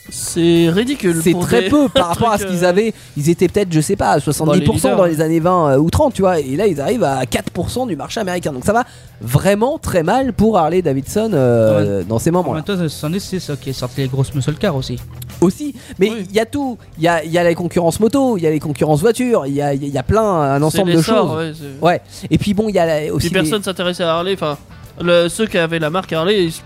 C'est ridicule.
C'est
pour
très
des- [laughs]
peu par rapport à ce
truc,
qu'ils
euh,
avaient. Ils étaient peut-être, je sais pas, à 70%
leaders, hein.
dans
ouais.
les années 20 euh, ou 30, tu vois. Et là, ils arrivent à 4% du marché américain. Donc ça va vraiment très mal pour Harley Davidson euh, dans ces
En
moments-là.
même temps, les 70, c'est ça qui est sorti les grosses muscle cars aussi.
Aussi, mais il
Oui.
y a tout. Il y a, il y a les concurrences moto, il y a les concurrences voitures, il y a, il y a plein, un
c'est
ensemble de
l'essor,
choses.
ouais, c'est-
Ouais, Et puis bon, il y a la- aussi.
Puis
les-
personne s'intéressait à Harley. Enfin, le- ceux qui avaient la marque Harley. ils se-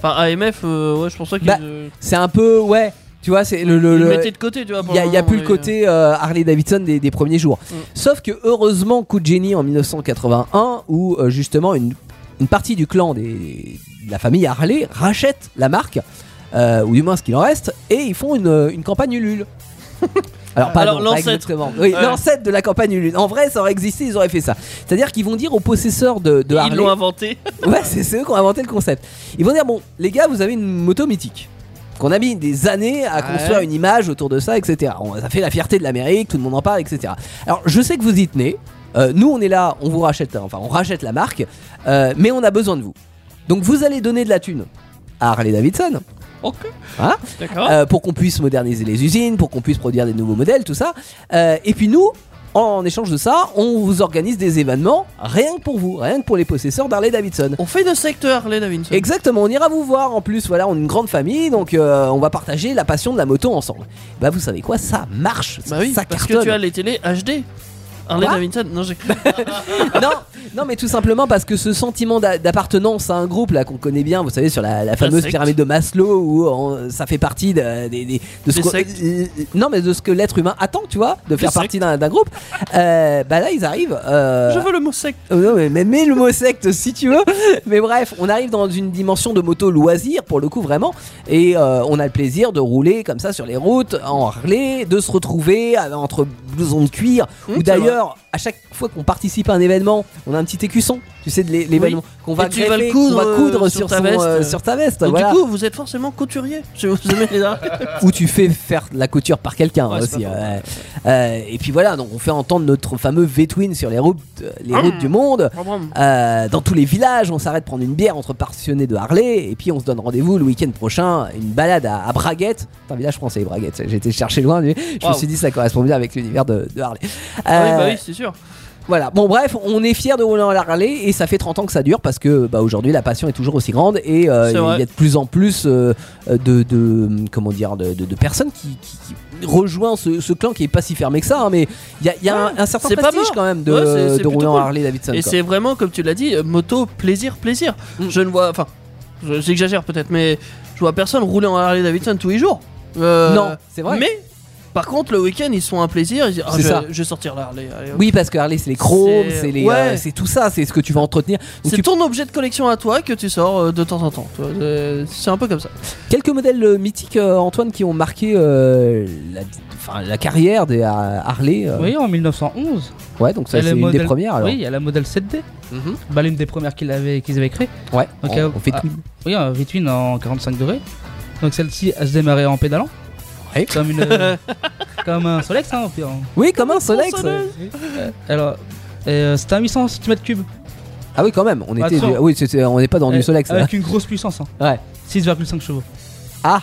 Enfin, AMF, euh, ouais, je pense pas qu'ils
Bah,
euh,
C'est un peu, ouais, tu vois, c'est le.
ils
le-
le
le-
mettaient de côté, tu vois.
Il n'y a, y a plus le côté euh, Harley Davidson des, des premiers jours.
Mm.
Sauf que heureusement, coup de génie en 1981, où euh, justement une, une partie du clan des, de la famille Harley rachète la marque, euh, ou du moins ce qu'il en reste, et ils font une, une campagne
[laughs]
Ulule. Alors, pas,
Alors,
non, pas
l'ancêtre.
exactement. Oui,
Ouais.
l'ancêtre de la campagne Ulule. En vrai, ça aurait existé, ils auraient fait ça. C'est-à-dire qu'ils vont dire aux possesseurs de, de
Ils
Harley.
l'ont inventé. [laughs]
Ouais, c'est c'est eux qui ont inventé le concept. Ils vont dire bon, les gars, vous avez une moto mythique. Qu'on a mis des années à
Ouais.
construire une image autour de ça, etc. On- Ça fait la fierté de l'Amérique, tout le monde en parle, etc. Alors, je sais que vous y tenez. Euh, nous, on est là, on vous rachète, hein, enfin, on rachète la marque, euh, mais on a besoin de vous. Donc, vous allez donner de la thune à Harley Davidson
Ok.
Hein
D'accord.
euh, pour qu'on puisse moderniser les usines, pour qu'on puisse produire des nouveaux modèles, tout ça. Euh, et puis nous, en échange de ça, on vous organise des événements rien que pour vous, rien que pour les possesseurs d'Harley Davidson.
On fait de secteur Harley Davidson.
Exactement, on ira vous voir en plus, voilà, on est une grande famille, donc euh, on va partager la passion de la moto ensemble. Bah vous savez quoi, ça marche,
Bah oui,
ça
parce
cartonne.
que tu as les télés HD. Harley
Quoi Euh,
Davidson, non, j'ai
[laughs] non, non, mais tout simplement parce que ce sentiment d'a- d'appartenance à un groupe là qu'on connaît bien, vous savez, sur la, la fameuse
secte.
pyramide de Maslow où euh, on- ça fait partie de, des- des- de ce
Des
qu'on-
sectes.
euh, non mais de ce que l'être humain attend, tu vois, de faire
sectes.
partie d'un d'un groupe. Euh, bah là ils arrivent. euh,
Je veux le mot secte.
Oh non, mais, mais mets le mot secte si tu veux. Mais bref, on arrive dans une dimension de moto loisir, pour le coup, vraiment. Et euh, on a le plaisir de rouler comme ça sur les routes, en Harley, de se retrouver euh, entre blousons de cuir.
Mmh,
ou
c'est
d'ailleurs, à chaque fois qu'on participe à un événement, on a a un petit écusson, tu sais, de l'é- l'événement qu'on va,
Et tu vas le
greffer, qu'on va
coudre, euh,
coudre
sur
sur,
ta
son,
veste.
euh, sur ta veste,
Donc,
voilà.
du coup, vous êtes forcément couturier. Si vous aimez les [laughs] arts. Ah
Ou tu fais faire la couture par quelqu'un
Ouais, c'est
aussi.
pas faux.
ouais. Euh, et puis voilà, donc on fait entendre notre fameux V-Twin sur les routes, euh, les
Ah.
routes du monde.
Vraiment.
Euh, dans tous les villages, on s'arrête prendre une bière entre passionnés de Harley, et puis on se donne rendez-vous le week-end prochain, une balade à, à Braguette. C'est un village français, Braguette. J'étais chercher loin, mais je
Wow.
me suis dit ça correspond bien avec l'univers de, de Harley.
Ah oui,
Euh,
bah oui, c'est sûr.
Voilà. Bon, bref, on est fiers de rouler en Harley, et ça fait 30 ans que ça dure parce que bah, aujourd'hui la passion est toujours aussi grande et euh,
C'est
il y
vrai.
a de plus en plus euh, de, de comment dire de, de- de personnes qui, qui- qui rejoignent ce, ce clan qui est pas si fermé que ça, hein, mais il y a, il y a un, un certain
c'est pas
prestige
mort.
quand même de,
Ouais, c'est-
de
c'est plutôt
rouler en
cool.
Harley Davidson.
Et
quoi.
c'est vraiment, comme tu l'as dit, euh, moto, plaisir, plaisir.
Mm.
Je ne vois. Enfin, je- j'exagère peut-être, mais je vois personne rouler en Harley Davidson tous les jours. Euh,
Non, c'est vrai.
Mais, par contre, le week-end, ils sont un plaisir. Ils disent, Ah,
C'est
je,
ça.
je vais sortir la Harley.
Hein.
allez, hop.
Oui, parce que Harley, c'est les chromes,
C'est-
c'est les,
ouais.
euh, c'est tout ça, c'est ce que tu vas entretenir. Donc,
C'est
tu-
ton objet de collection à toi que tu sors euh, de temps en temps. tu vois, euh, C'est un peu comme ça.
Quelques modèles euh, mythiques, euh, Antoine, qui ont marqué euh, la, enfin, la carrière des euh, Harley. euh.
Oui, en 1911.
Ouais, donc
Il y
ça,
a
c'est
le
une
modèle-
des premières. Alors.
Oui, il y a la modèle 7D.
Mhm.
Bah, l'une des premières qu'ils avaient, qu'ils avaient créées.
Ouais.
Ok,
on, on fait
ah.
tout.
Oui, un V-twin en 45 degrés. Donc celle-ci, elle se démarrait en pédalant.
Ouais.
Comme,
[laughs]
une, comme un Solex. Hein, en fait, en-
Oui, comme un Solex.
Solex.
Euh, Alors, euh, c'était un 800 cm3.
Ah oui, quand même. On était.
Attention.
Oui, c'est- c'est- on n'est pas dans
Euh,
du Solex. là.
Avec une grosse puissance. Hein.
Ouais.
6,5 chevaux.
Ah.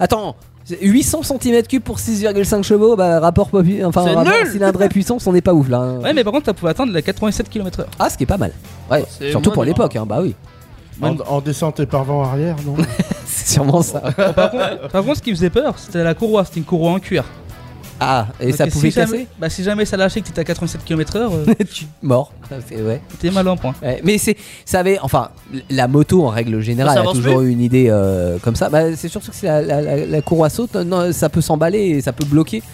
Attends. c'est 800 cm3 pour 6,5 chevaux, bah, rapport popu- enfin
C'est
rapport
nul.
[laughs]
cylindrée puissance, on n'est pas ouf là. hein.
Ouais, mais par contre, ça pouvait atteindre les 87 km/h.
Ah, ce qui est pas mal. Ouais,
C'est
surtout
moins
pour
des-
l'époque, hein, bah oui, [laughs]
En, en descente et par vent arrière, non
c'est sûrement ça.
Par contre, par contre, ce qui faisait peur, c'était la courroie. C'était une courroie en cuir.
Ah, et
Donc,
ça pouvait
si
casser
jamais, Bah, si jamais ça lâchait que t'étais à 87 km/h, euh,
[laughs] tu mort. Ça fait- ouais.
t'étais mal en
Ah
point.
Ouais, Mais c'est, ça avait, enfin, l- la moto en règle générale
Ça
a
avance
toujours
plus
eu une idée euh, comme ça. Bah, c'est surtout que c'est la, la, la- la courroie saute, non, ça peut s'emballer et ça peut bloquer.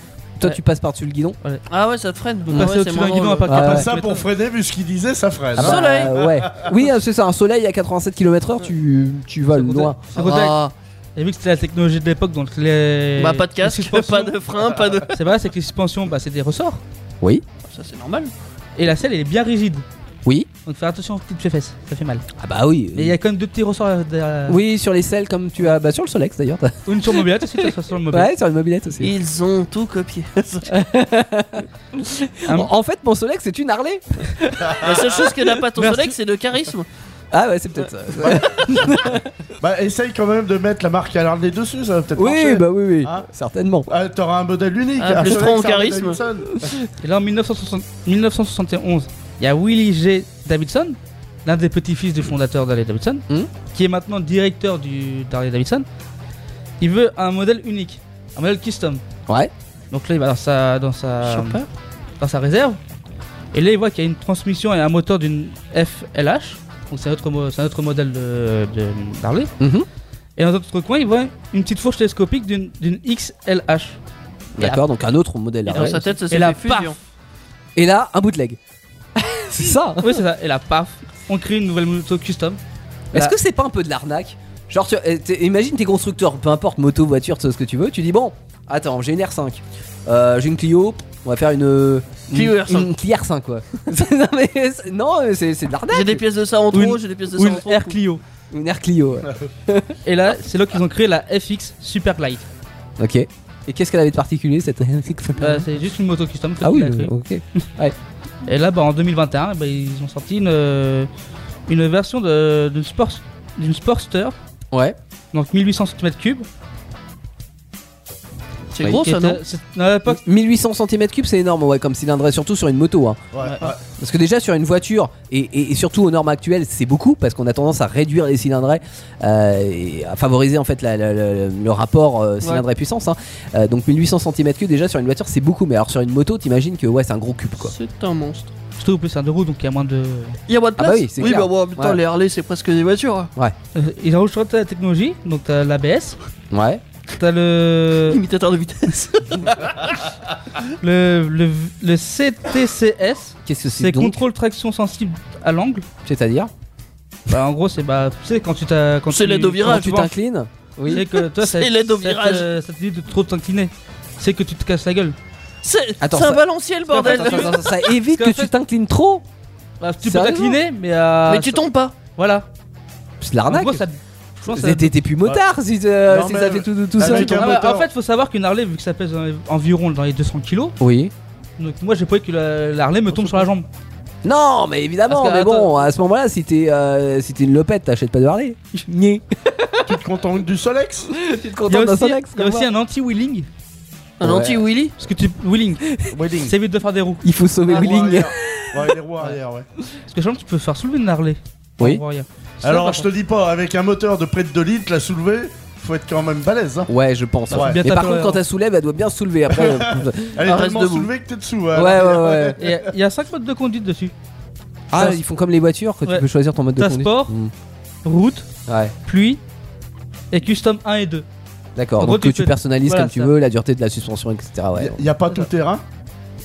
Toi,
Ouais.
tu passes par-dessus le guidon.
Ah ouais, ça te freine.
Donc,
Ah
passer
ouais, c'est
au-dessus d'un
vraiment
guidon à
le-
pas
Ah ouais.
Ça pour freiner, vu ce qu'il disait, ça freine.
Ah bah,
Soleil.
euh, ouais. Oui, euh, c'est ça, un soleil à 87 km/h, tu, tu voles
C'est
loin.
contact. C'est contact.
Ah,
Et vu que c'était la technologie de l'époque, donc les.
bah, pas de
les
casque,
suspensions-
[laughs] pas de frein, pas de.
C'est vrai, c'est que les suspensions, bah, c'est des ressorts.
Oui,
Ça, c'est normal.
Et la selle, elle est bien rigide.
oui.
Donc, faire attention aux petites fesses, ça fait mal.
Ah bah oui.
Mais il y a quand même deux petits ressorts. euh, derrière-
Oui, sur les selles, comme tu as. Bah, sur le Solex d'ailleurs. t'as-
Une sur mobilette, ensuite une sur le mobile.
Ouais, sur une mobilette aussi.
Ils ont
[laughs]
tout copié.
Un-
En en fait, mon Solex, c'est une Harley.
La seule chose que n'a pas ton
Ah, Merci.
Solex, c'est le charisme.
Ah ouais, c'est peut-être ça.
Bah, essaye quand même de mettre la marque à l'arnée dessus, ça va peut-être
Oui,
marcher.
bah oui, oui.
Ah.
Certainement.
Ah, T'auras un modèle unique.
Ah,
un
plus
Solex,
franc en
un Harley
charisme.
Davidson.
Et là, en 1960 1971, il y a Willie G. Davidson, l'un des petits-fils du fondateur d'Harley Davidson,
Mhm.
qui est maintenant directeur du- d'Harley Davidson. Il veut un modèle unique, un modèle custom.
Ouais.
Donc là, il va dans sa, dans
Euh,
sa,
Chopper.
dans sa réserve. Et là, il voit qu'il y a une transmission et un moteur d'une FLH. Donc c'est un, autre mo- c'est un autre modèle de, de- d'Harley.
Mhm.
Et dans l'autre coin, il voit une petite fourche télescopique d'une, d'une XLH.
D'accord, donc un autre modèle.
Et
Harley.
dans sa tête, ça s'est
là,
fait fusion.
Et là, un
[laughs]
bootleg. c'est ça.
Oui, c'est ça. Et là, paf, on crée une nouvelle moto custom.
Est-ce
Bah.
Là.
que c'est pas un peu de l'arnaque Genre, tu, euh, t'es- imagine tes constructeurs, peu importe, moto, voiture, ce que tu veux, tu dis bon, attends, j'ai une R5, euh, j'ai une Clio, on va faire une.
Clio
une-
R5.
Une Clio R5, quoi. [laughs] non, mais c'est- non, mais c'est c'est de l'arnaque.
J'ai des pièces de ça en
Ou
trop,
une-
j'ai des pièces de
Ou
ça
une
en trop.
Air Clio.
Une R Clio, ouais.
Et là, c'est là qu'ils ont créé la FX Super Glide.
Ok. Et qu'est-ce qu'elle avait de particulier cette R5 [laughs]
Euh, c'est juste une moto custom. que
Mhm. Ah oui,
tu l'as créée.
ok.
Et là, bah, en 2021, bah, ils ont sorti une, euh, une version de- d'une sport, d'une Sportster,
Ouais.
donc 1800 cm3.
C'est
Oui.
gros
qui
ça,
Bah, était-
non
c'est- À l'époque,
1800 cm3, c'est énorme, ouais, comme cylindrée, surtout sur une moto. Hein.
Ouais, ouais.
Parce que déjà sur une voiture et, et- et surtout aux normes actuelles, c'est beaucoup parce qu'on a tendance à réduire les cylindrées euh, et à favoriser en fait la- la- la- le rapport euh, cylindrée puissance. hein. Euh, donc 1800 cm3 déjà sur une voiture, c'est beaucoup. Mais alors sur une moto, t'imagines que ouais, c'est un gros cube quoi.
C'est un monstre.
surtout en plus c'est un deux roues, donc il y a moins de.
Il y a moins de
Ah
place.
bah oui, c'est clair.
bah bon, putain,
Ouais.
les Harley, c'est presque des voitures.
Euh, Ils ont rajouté la technologie, donc t'as l'ABS,
Ouais.
t'as le,
Imitateur
[laughs]
de vitesse.
le, le, le CTCS,
Qu'est-ce que c'est
c'est
donc
contrôle traction sensible à l'angle.
C'est-à-dire
Bah, en gros, c'est bah, tu sais, quand tu t'as. quand
C'est
tu-
l'aide au
quand
virage,
Tu
vas en
t'inclines
C'est
Oui.
que toi,
C'est
ça,
l'aide au
ça te-
virage.
ça te dit de trop t'incliner. C'est que tu te casses la gueule.
C'est c'est
Attends,
un
ça-
balancier le
Parce qu'en fait,
bordel.
Attends, attends, attends, ça évite
Parce
que
qu'en fait-
tu t'inclines trop.
Bah, tu peux
Sérieux
t'incliner, mais. euh,
Ah,
Mais tu tombes pas.
Voilà.
C'est de l'arnaque.
En gros, ça. je pense que ça-
T'es- T'es plus motard si, euh,
Non,
si
mais-
ça fait tout, tout
Ah,
seul.
mais-
Ah,
un
bah,
moteur.
en fait, faut savoir qu'une Harley, vu que ça pèse euh, environ dans les 200 kilos,
Oui.
donc moi j'ai pas eu que la, la Harley me tombe sur la jambe.
Non, mais évidemment,
Parce que,
mais bon, à ce moment-là, si t'es euh, si t'es une lopette, t'achètes pas de Harley. Nier.
Tu te contentes du Solex
Tu te
Il y a
contentes d'un
aussi,
Solex.
il y a
comme
aussi
moi.
un anti-wheeling.
Un
Ouais.
anti-Willy
Parce que tu. Wheeling,
Wedding.
ça évite de faire des roues.
Il faut sauver
Roue
Wheeling.
arrière. Ah, Ouais, les roues arrière, ouais.
Parce que je pense que tu peux faire soulever une Harley.
Oui.
On voit rien.
Alors,
Ça,
je te dis pas, avec un moteur de près de 2 litres, la soulever, faut être quand même balèze. Hein.
Ouais, je pense.
Ouais.
Mais
Bien
par
hein. taper,
contre,
ouais.
quand elle soulève, elle doit bien se soulever après.
[laughs]
euh,
Elle est
Reste
tellement
debout.
soulevée que t'es dessous.
ouais,
hein.
ouais, ouais.
par contre. Et Il y a 5 modes de conduite dessus
Ah,
Ça,
ils font comme les voitures que tu
Ouais.
peux choisir ton mode de
T'as
conduite.
sport.
Mm.
route,
Ouais,
pluie et custom 1 et 2.
d'accord.
En
Donc
gros,
que
tu
tu
peux-
personnalises
voilà,
comme tu
ça.
veux, la dureté de la suspension, etc. Ouais.
Il n'y a pas tout terrain.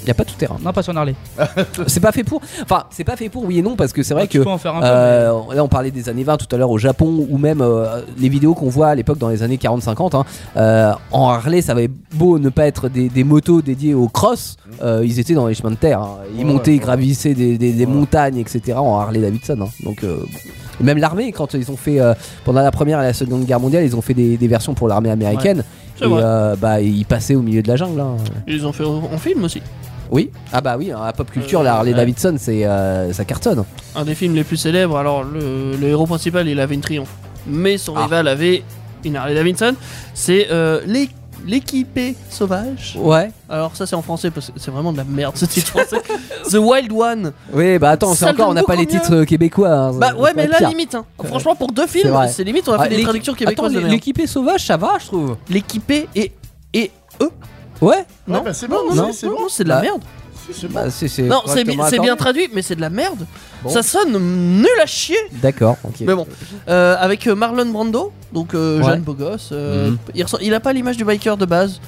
Y a pas tout terrain.
Non, pas sur une Harley.
C'est pas fait pour. Enfin, c'est pas fait pour. Oui et non parce que c'est vrai
Ah,
que
tu peux en faire un peu.
Euh, on- là, on parlait des années 20 tout à l'heure au Japon, ou même euh, les vidéos qu'on voit à l'époque dans les années 40-50. hein, euh, en Harley, ça avait beau ne pas être des, des motos dédiées au cross, euh, ils étaient dans les chemins de terre. hein. Ils
Ouais,
montaient,
ouais.
gravissaient des, des- des
Ouais.
montagnes, etc. en Harley Davidson. hein. Donc, euh, bon. Et même l'armée, quand ils ont fait euh, pendant la première et la seconde guerre mondiale, ils ont fait des, des versions pour l'armée américaine.
C'est
Et
vrai.
euh, bah, ils passaient au milieu de la jungle. hein.
Ils ont fait en film aussi.
Oui, ah bah oui, hein, à pop culture,
Euh,
la Harley
ouais.
Davidson, c'est euh, ça cartonne.
Un des films les plus célèbres. Alors, le, le héros principal, il avait une triomphe. Mais son
Ah.
rival avait une Harley Davidson. C'est euh, l'é- l'équipé sauvage.
Ouais.
Alors, ça, c'est en français parce que c'est vraiment de la merde ce titre français. The Wild One.
Oui, bah attends, c'est
Ça
encore,
donne
on n'a pas les
beaucoup
titres euh, québécois. hein,
Bah
ça-
ouais
ça
mais
va
là
être pire.
limite hein. franchement pour deux films
C'est vrai.
c'est limite on a fait
Ah,
des
l'équi-
traductions québécoises
Attends,
de merde.
l'équipé sauvage, ça va, je trouve.
L'équipé et et eux
Ouais,
Ouais,
non.
bah, c'est
non
bon,
non
c'est-
non,
c'est
non,
bon.
c'est de la
Bah,
merde.
Si, c'est bon.
bah, c'est, c'est
Non c'est bi-
correctement
c'est bien
accordé.
traduit mais c'est de la merde.
Bon.
Ça sonne nul à chier.
D'accord, ok.
Mais bon Euh, avec euh, Marlon Brando donc euh,
Ouais.
jeune beau gosse euh,
Mhm.
il, ressemble- il a pas l'image du biker de base.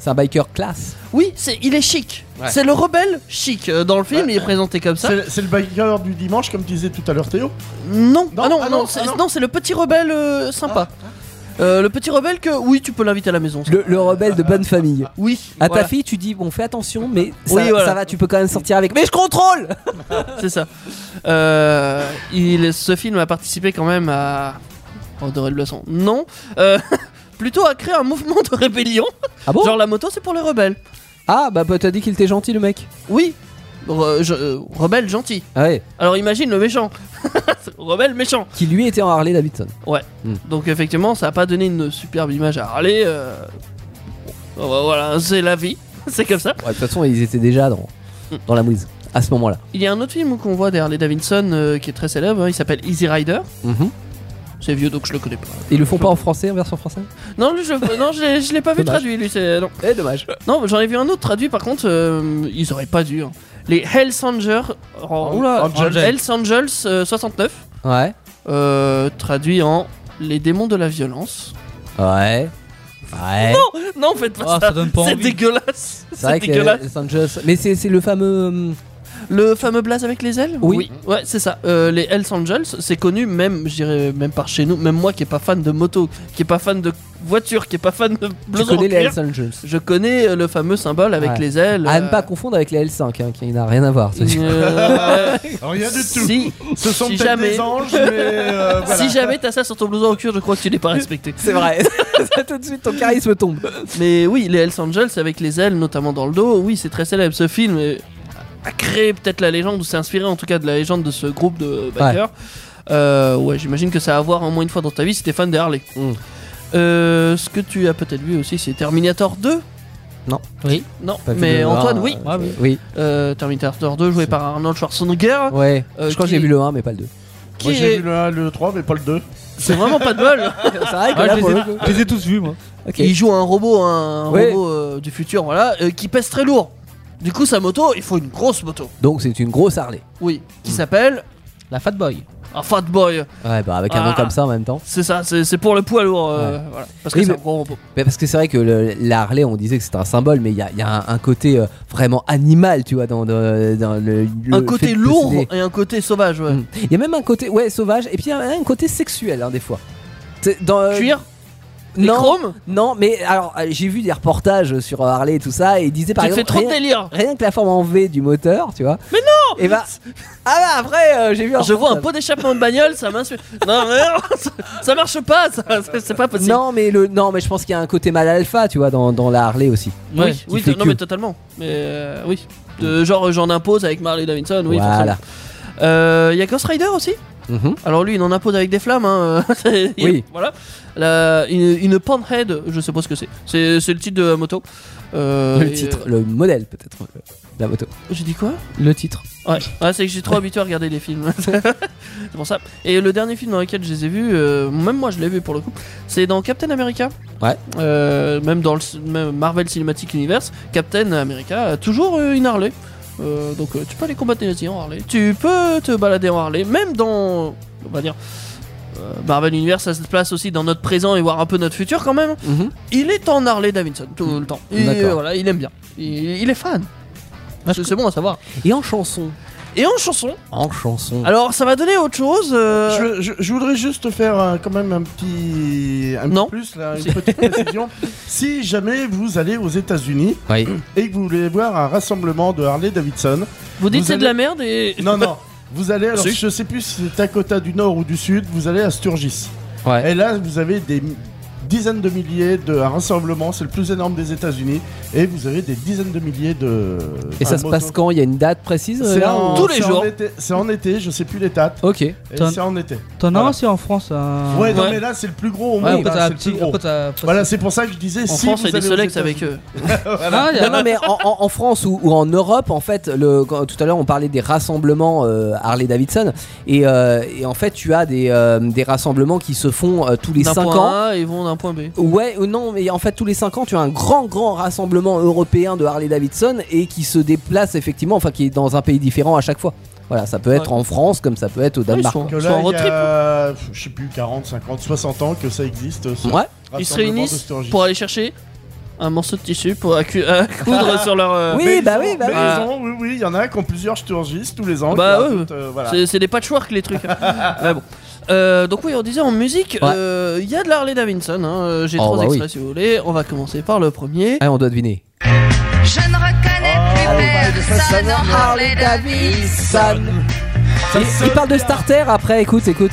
C'est un biker classe.
Oui c'est il est chic.
Ouais.
C'est le rebelle chic Euh, dans le film il est présenté comme ça.
C'est c'est le biker du dimanche, comme disait tout à l'heure Théo.
Non,
Non,
ah non,
ah
non,
non,
c'est
ah non. Ah.
non, c'est le petit rebelle euh, sympa. Euh, le petit rebelle que oui tu peux l'inviter à la maison. ça.
Le, le rebelle de bonne famille.
Oui.
À
voilà.
ta fille, tu dis, bon, fais attention, mais ça,
Oui, voilà.
ça va, tu peux quand même sortir avec. Mais je contrôle
C'est ça. Euh, il, ce film a participé quand même à. Oh, de leçon. Non. Euh, [laughs] plutôt à créer un mouvement de rébellion.
Ah bon
Genre la moto, c'est pour les rebelles.
Ah, bah, bah, t'as dit qu'il était gentil, le mec.
Oui. Re- je- euh, rebelle gentil.
Ah ouais.
Alors imagine le méchant. [laughs] rebelle méchant.
Qui lui était en Harley Davidson.
Donc effectivement, ça a pas donné une superbe image à Harley. euh, bon, bah, Voilà, c'est la vie. [laughs] C'est comme ça.
Ouais, de toute façon, ils étaient déjà dans, dans la mouise à ce moment-là.
Il y a un autre film qu'on voit derrière les Davidson euh, qui est très célèbre. hein, il s'appelle Easy Rider. C'est vieux donc je le connais pas.
Ils le font pas en français, en version française
Non, lui, je, non, je, l'ai- je l'ai pas vu
Dommage.
traduit. Lui, c'est non.
Eh, dommage.
Non, j'en ai vu un autre traduit par contre, euh, ils auraient pas dû. hein. Les Hells Angels,
Ah,
oh, oula,
Angels.
Hells Angels euh, 69,
Ouais.
euh, traduit en Les démons de la violence. [laughs]
Ouais. Ouais.
Non, faites pas
Ah,
ça,
ça donne pas
c'est
envie.
dégueulasse.
C'est vrai
C'est
que
dégueulasse.
les Angels- Mais c'est c'est le fameux. hum,
Le fameux blaze avec les ailes
Oui.
Ouais, c'est ça. Euh, les Hells Angels, c'est connu même, je dirais, même par chez nous, même moi qui est pas fan de moto, qui est pas fan de voiture, qui est pas fan de
Tu
blouson en
connais les
cuir.
Hells Angels.
Je connais euh, le fameux symbole avec
Ouais.
les ailes.
À ne
euh, [laughs]
pas confondre avec les L5, hein, qui n'a rien à voir. ceci.
euh,
Rien du tout.
Si,
Ce sont
si
peut-être
jamais,
des anges, mais euh, voilà.
si jamais t'as ça sur ton blouson en cuir, je crois que tu n'es pas respecté.
[laughs] [laughs] C'est vrai, Ça, tout de suite ton charisme tombe.
Mais oui, les Hells Angels avec les ailes, notamment dans le dos, oui, c'est très célèbre. Ce film euh, a créé peut-être la légende, ou s'est inspiré en tout cas de la légende de ce groupe de bikers. Euh, ouais, j'imagine que ça a à voir au moins une fois dans ta vie si t'es fan des Harley.
Mm.
Euh, ce que tu as peut-être vu aussi, c'est Terminator 2.
Non.
Oui.
Non,
Pas vu
mais
de-
Antoine,
ah,
oui.
euh, oui.
Euh, Terminator 2, joué par Arnold Schwarzenegger.
Ouais.
Euh,
je crois que
qui-
j'ai vu le 1, mais pas le 2.
Qui
Moi j'ai
est...
vu le 1, le 3, mais pas le 2.
C'est vraiment pas
[laughs]
de bol.
C'est vrai que
Ah,
là,
je,
pour
les
le
ai,
coup-
je les ai tous vus, moi.
Ok.
Il joue un robot, un
Ouais.
robot euh, du futur, voilà, euh, qui pèse très lourd. Du coup, sa moto, il faut une grosse moto.
Donc c'est une grosse Harley.
Oui, qui
Hmm.
s'appelle
La Fat Boy.
un Fat Boy.
Ouais, bah avec un nom
Ah.
comme ça en même temps.
C'est ça, c'est c'est pour le poids lourd. euh, voilà, parce que
Oui,
c'est
mais-
un gros robot.
Mais parce que c'est vrai que le- la Harley, on disait que c'était un symbole, mais il y a, il y a un, un côté euh, vraiment animal, tu vois, dans, dans- dans le, le
un
fait
côté
de
lourd
posséder.
et un côté sauvage, ouais.
Mm. Il y a même un côté, ouais, sauvage, et puis il y a un côté sexuel, hein, des fois. C'est Dans, euh,
Cuir, les
non,
chromes,
Non, mais alors euh, j'ai vu des reportages sur euh, Harley et tout ça, et ils disaient par
tu te fais
exemple
trop de
rien,
délire.
rien que la forme en V du moteur, tu vois. Mais non Et bah, ah bah après, euh, j'ai vu un
Je vois un
reportage.
pot d'échappement de bagnole, ça m'insulte. Non, [laughs] mais non, ça, ça marche pas, ça, c'est- c'est pas possible.
Non mais le non mais je pense qu'il y a un côté mal alpha tu vois dans, dans la Harley aussi.
Oui,
Ouais.
oui,
fait
non,
que.
mais totalement. Mais euh, oui. De, genre, euh, j'en impose avec Marley Davidson, oui,
voilà.
forcément. Euh, Il y a Ghost Rider aussi.
Mhm.
Alors lui, il en impose avec des flammes. Hein. [laughs] C'est- il-
Oui.
Voilà. La- une, une Panhead, je sais pas ce que c'est. C'est c'est le titre de la moto. Euh,
Le
et-
titre, le modèle peut-être euh, de la moto.
J'ai dit quoi
Le titre.
Ouais, Ouais, c'est que j'ai trop habitué à regarder les films. [laughs] c'est pour ça. Et le dernier film dans lequel je les ai vus, euh, même moi je l'ai vu pour le coup, c'est dans Captain America.
Ouais.
Euh, même dans le c- même Marvel Cinematic Universe, Captain America a toujours euh, une Harley. Euh, donc euh, tu peux aller combattre les nazis en Harley. Tu peux te balader en Harley, même dans. On va dire. euh, Marvel Universe, ça se place aussi dans notre présent et voir un peu notre futur quand même.
Mhm.
Il est en Harley Davidson tout le temps. Il,
Mm. D'accord.
voilà, il aime bien. Il, il est fan. C'est c'est bon à savoir.
Et en chanson.
Et en chanson,
En chanson.
alors ça va donner autre chose. euh,
Je, je- je voudrais juste te faire euh, quand même un petit, un petit
Non.
plus, là, une petite précision. si jamais vous allez aux États-Unis
Oui.
et que vous voulez voir un rassemblement de Harley Davidson,
Vous dites
vous
c'est de
allez-
la merde et.
non,
[laughs]
non, vous allez, alors
Si.
je sais plus si c'est Dakota du Nord ou du Sud, vous allez à Sturgis.
Ouais.
Et là, vous avez des mi- dizaines de milliers de un rassemblement, c'est le plus énorme des États-Unis, et vous avez des dizaines de milliers de.
Et ça
enfin,
se
motos.
passe quand Il y a une date précise euh,
Ah, C'est
là
en-
ou-
Tous les
c'est en
jours.
été- C'est en été, je sais plus les dates.
Ok.
et
Ton-
C'est en été.
T'en as
Voilà.
un, c'est en France. un-
Ouais, non,
Ouais.
mais là, c'est le plus gros au
Ouais,
monde.
après,
hein,
t'as un
c'est le plus
petit.
gros.
après, t'as- après,
Voilà, c'est pour ça que je disais.
En
si
France,
vous
il y a
allez
des
aux
Solex avec
États-Unis-
eux.
Ah, y a-
Non, non, mais en, en- en France ou, ou en Europe, en fait, le, quand- tout à l'heure on parlait des rassemblements Harley-Davidson, et, euh, et en fait tu as des, euh, des rassemblements qui se font euh, tous les
D'un
5
point
ans.
A, ils vont d'un point B.
Ouais, ou non, mais en fait tous les 5 ans tu as un grand, grand rassemblement européen de Harley-Davidson et qui se déplace effectivement, enfin qui est dans un pays différent à chaque fois. Voilà, ça peut être en France comme ça peut être au
Ouais, ils
Danemark.
sont,
Que
ils sont
là,
en road
il y
trip.
a, je sais plus, 40, 50, 60 ans que ça existe. ce
Ouais.
rassemblement
Ils se
de
réunissent
Sturgis.
pour aller chercher un morceau de tissu pour accu- [laughs] à coudre sur leur. euh,
Oui,
Mais ils
bah
ont-
oui, bah
mais
oui.
ils ont- oui, oui, il y en a qui ont plusieurs Sturgis tous les ans.
Bah
qui
ouais.
rajoutent, euh, voilà.
C'est, c'est des patchwork les trucs. hein. [laughs] Ouais, bon. Euh, donc oui, on disait en musique,
Ouais.
euh, il y a de l'Harley Davidson. hein, euh, J'ai
Oh,
trois
bah oui.
extraits si vous voulez. On va commencer par le premier.
Ah, on doit deviner.
Je ne reconnais
Ah,
Oh,
plus
bah, ça, ça
personne
va.
en Harley Davidson.
Ça
Il-
sonne
il parle de
bien.
starter après, écoute, écoute.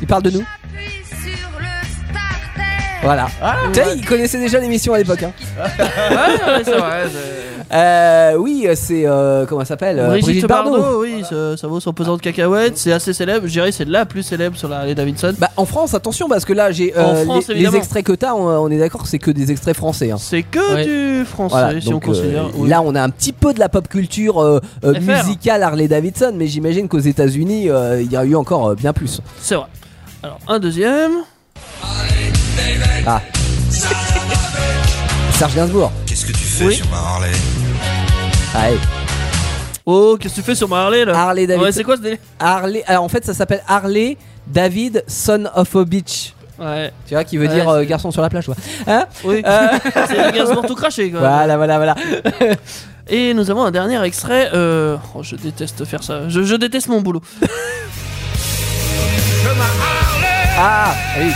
Il parle de nous.
Puis sur le starter.
Voilà.
Ah,
Tu sais, il connaissait déjà l'émission à l'époque. hein.
Ouais, ouais, c'est vrai. [laughs] c'est-
Euh, oui, c'est. euh, comment elle s'appelle euh,
Brigitte, Bardot, oui, ça, ça vaut son pesant de cacahuètes. C'est assez célèbre. Je dirais c'est la plus célèbre sur la Harley Davidson.
Bah, en France, attention, parce que là, j'ai. euh,
En France,
les, les
évidemment.
extraits que t'as, on, on est d'accord, c'est que des extraits français. hein.
C'est que du français
Voilà,
si on
donc,
considère.
euh,
oui.
là, on a un petit peu de la pop culture euh, euh,
FR.
musicale Harley-Davidson, mais j'imagine qu'aux États-Unis, euh, il y a eu encore euh, bien plus.
C'est vrai. Alors, un deuxième.
Ah. Serge Gainsbourg.
Qu'est-ce que tu fais
Oui.
sur ma Harley
Allez.
Oh, qu'est-ce que tu fais sur ma Harley là
Harley Davidson.
Ouais, c'est quoi ce délire
Harley. Alors, en fait, ça s'appelle Harley David, son of a bitch.
Ouais,
Tu vois, qui veut
Ouais,
dire euh,
c'est-
garçon sur la plage, quoi. Hein
oui. [laughs]
Euh.
c'est Gainsbourg tout craché quoi.
Voilà, voilà, voilà.
Et nous avons un dernier extrait. euh, Oh, je déteste faire ça. Je, je déteste mon boulot.
Ah, oui.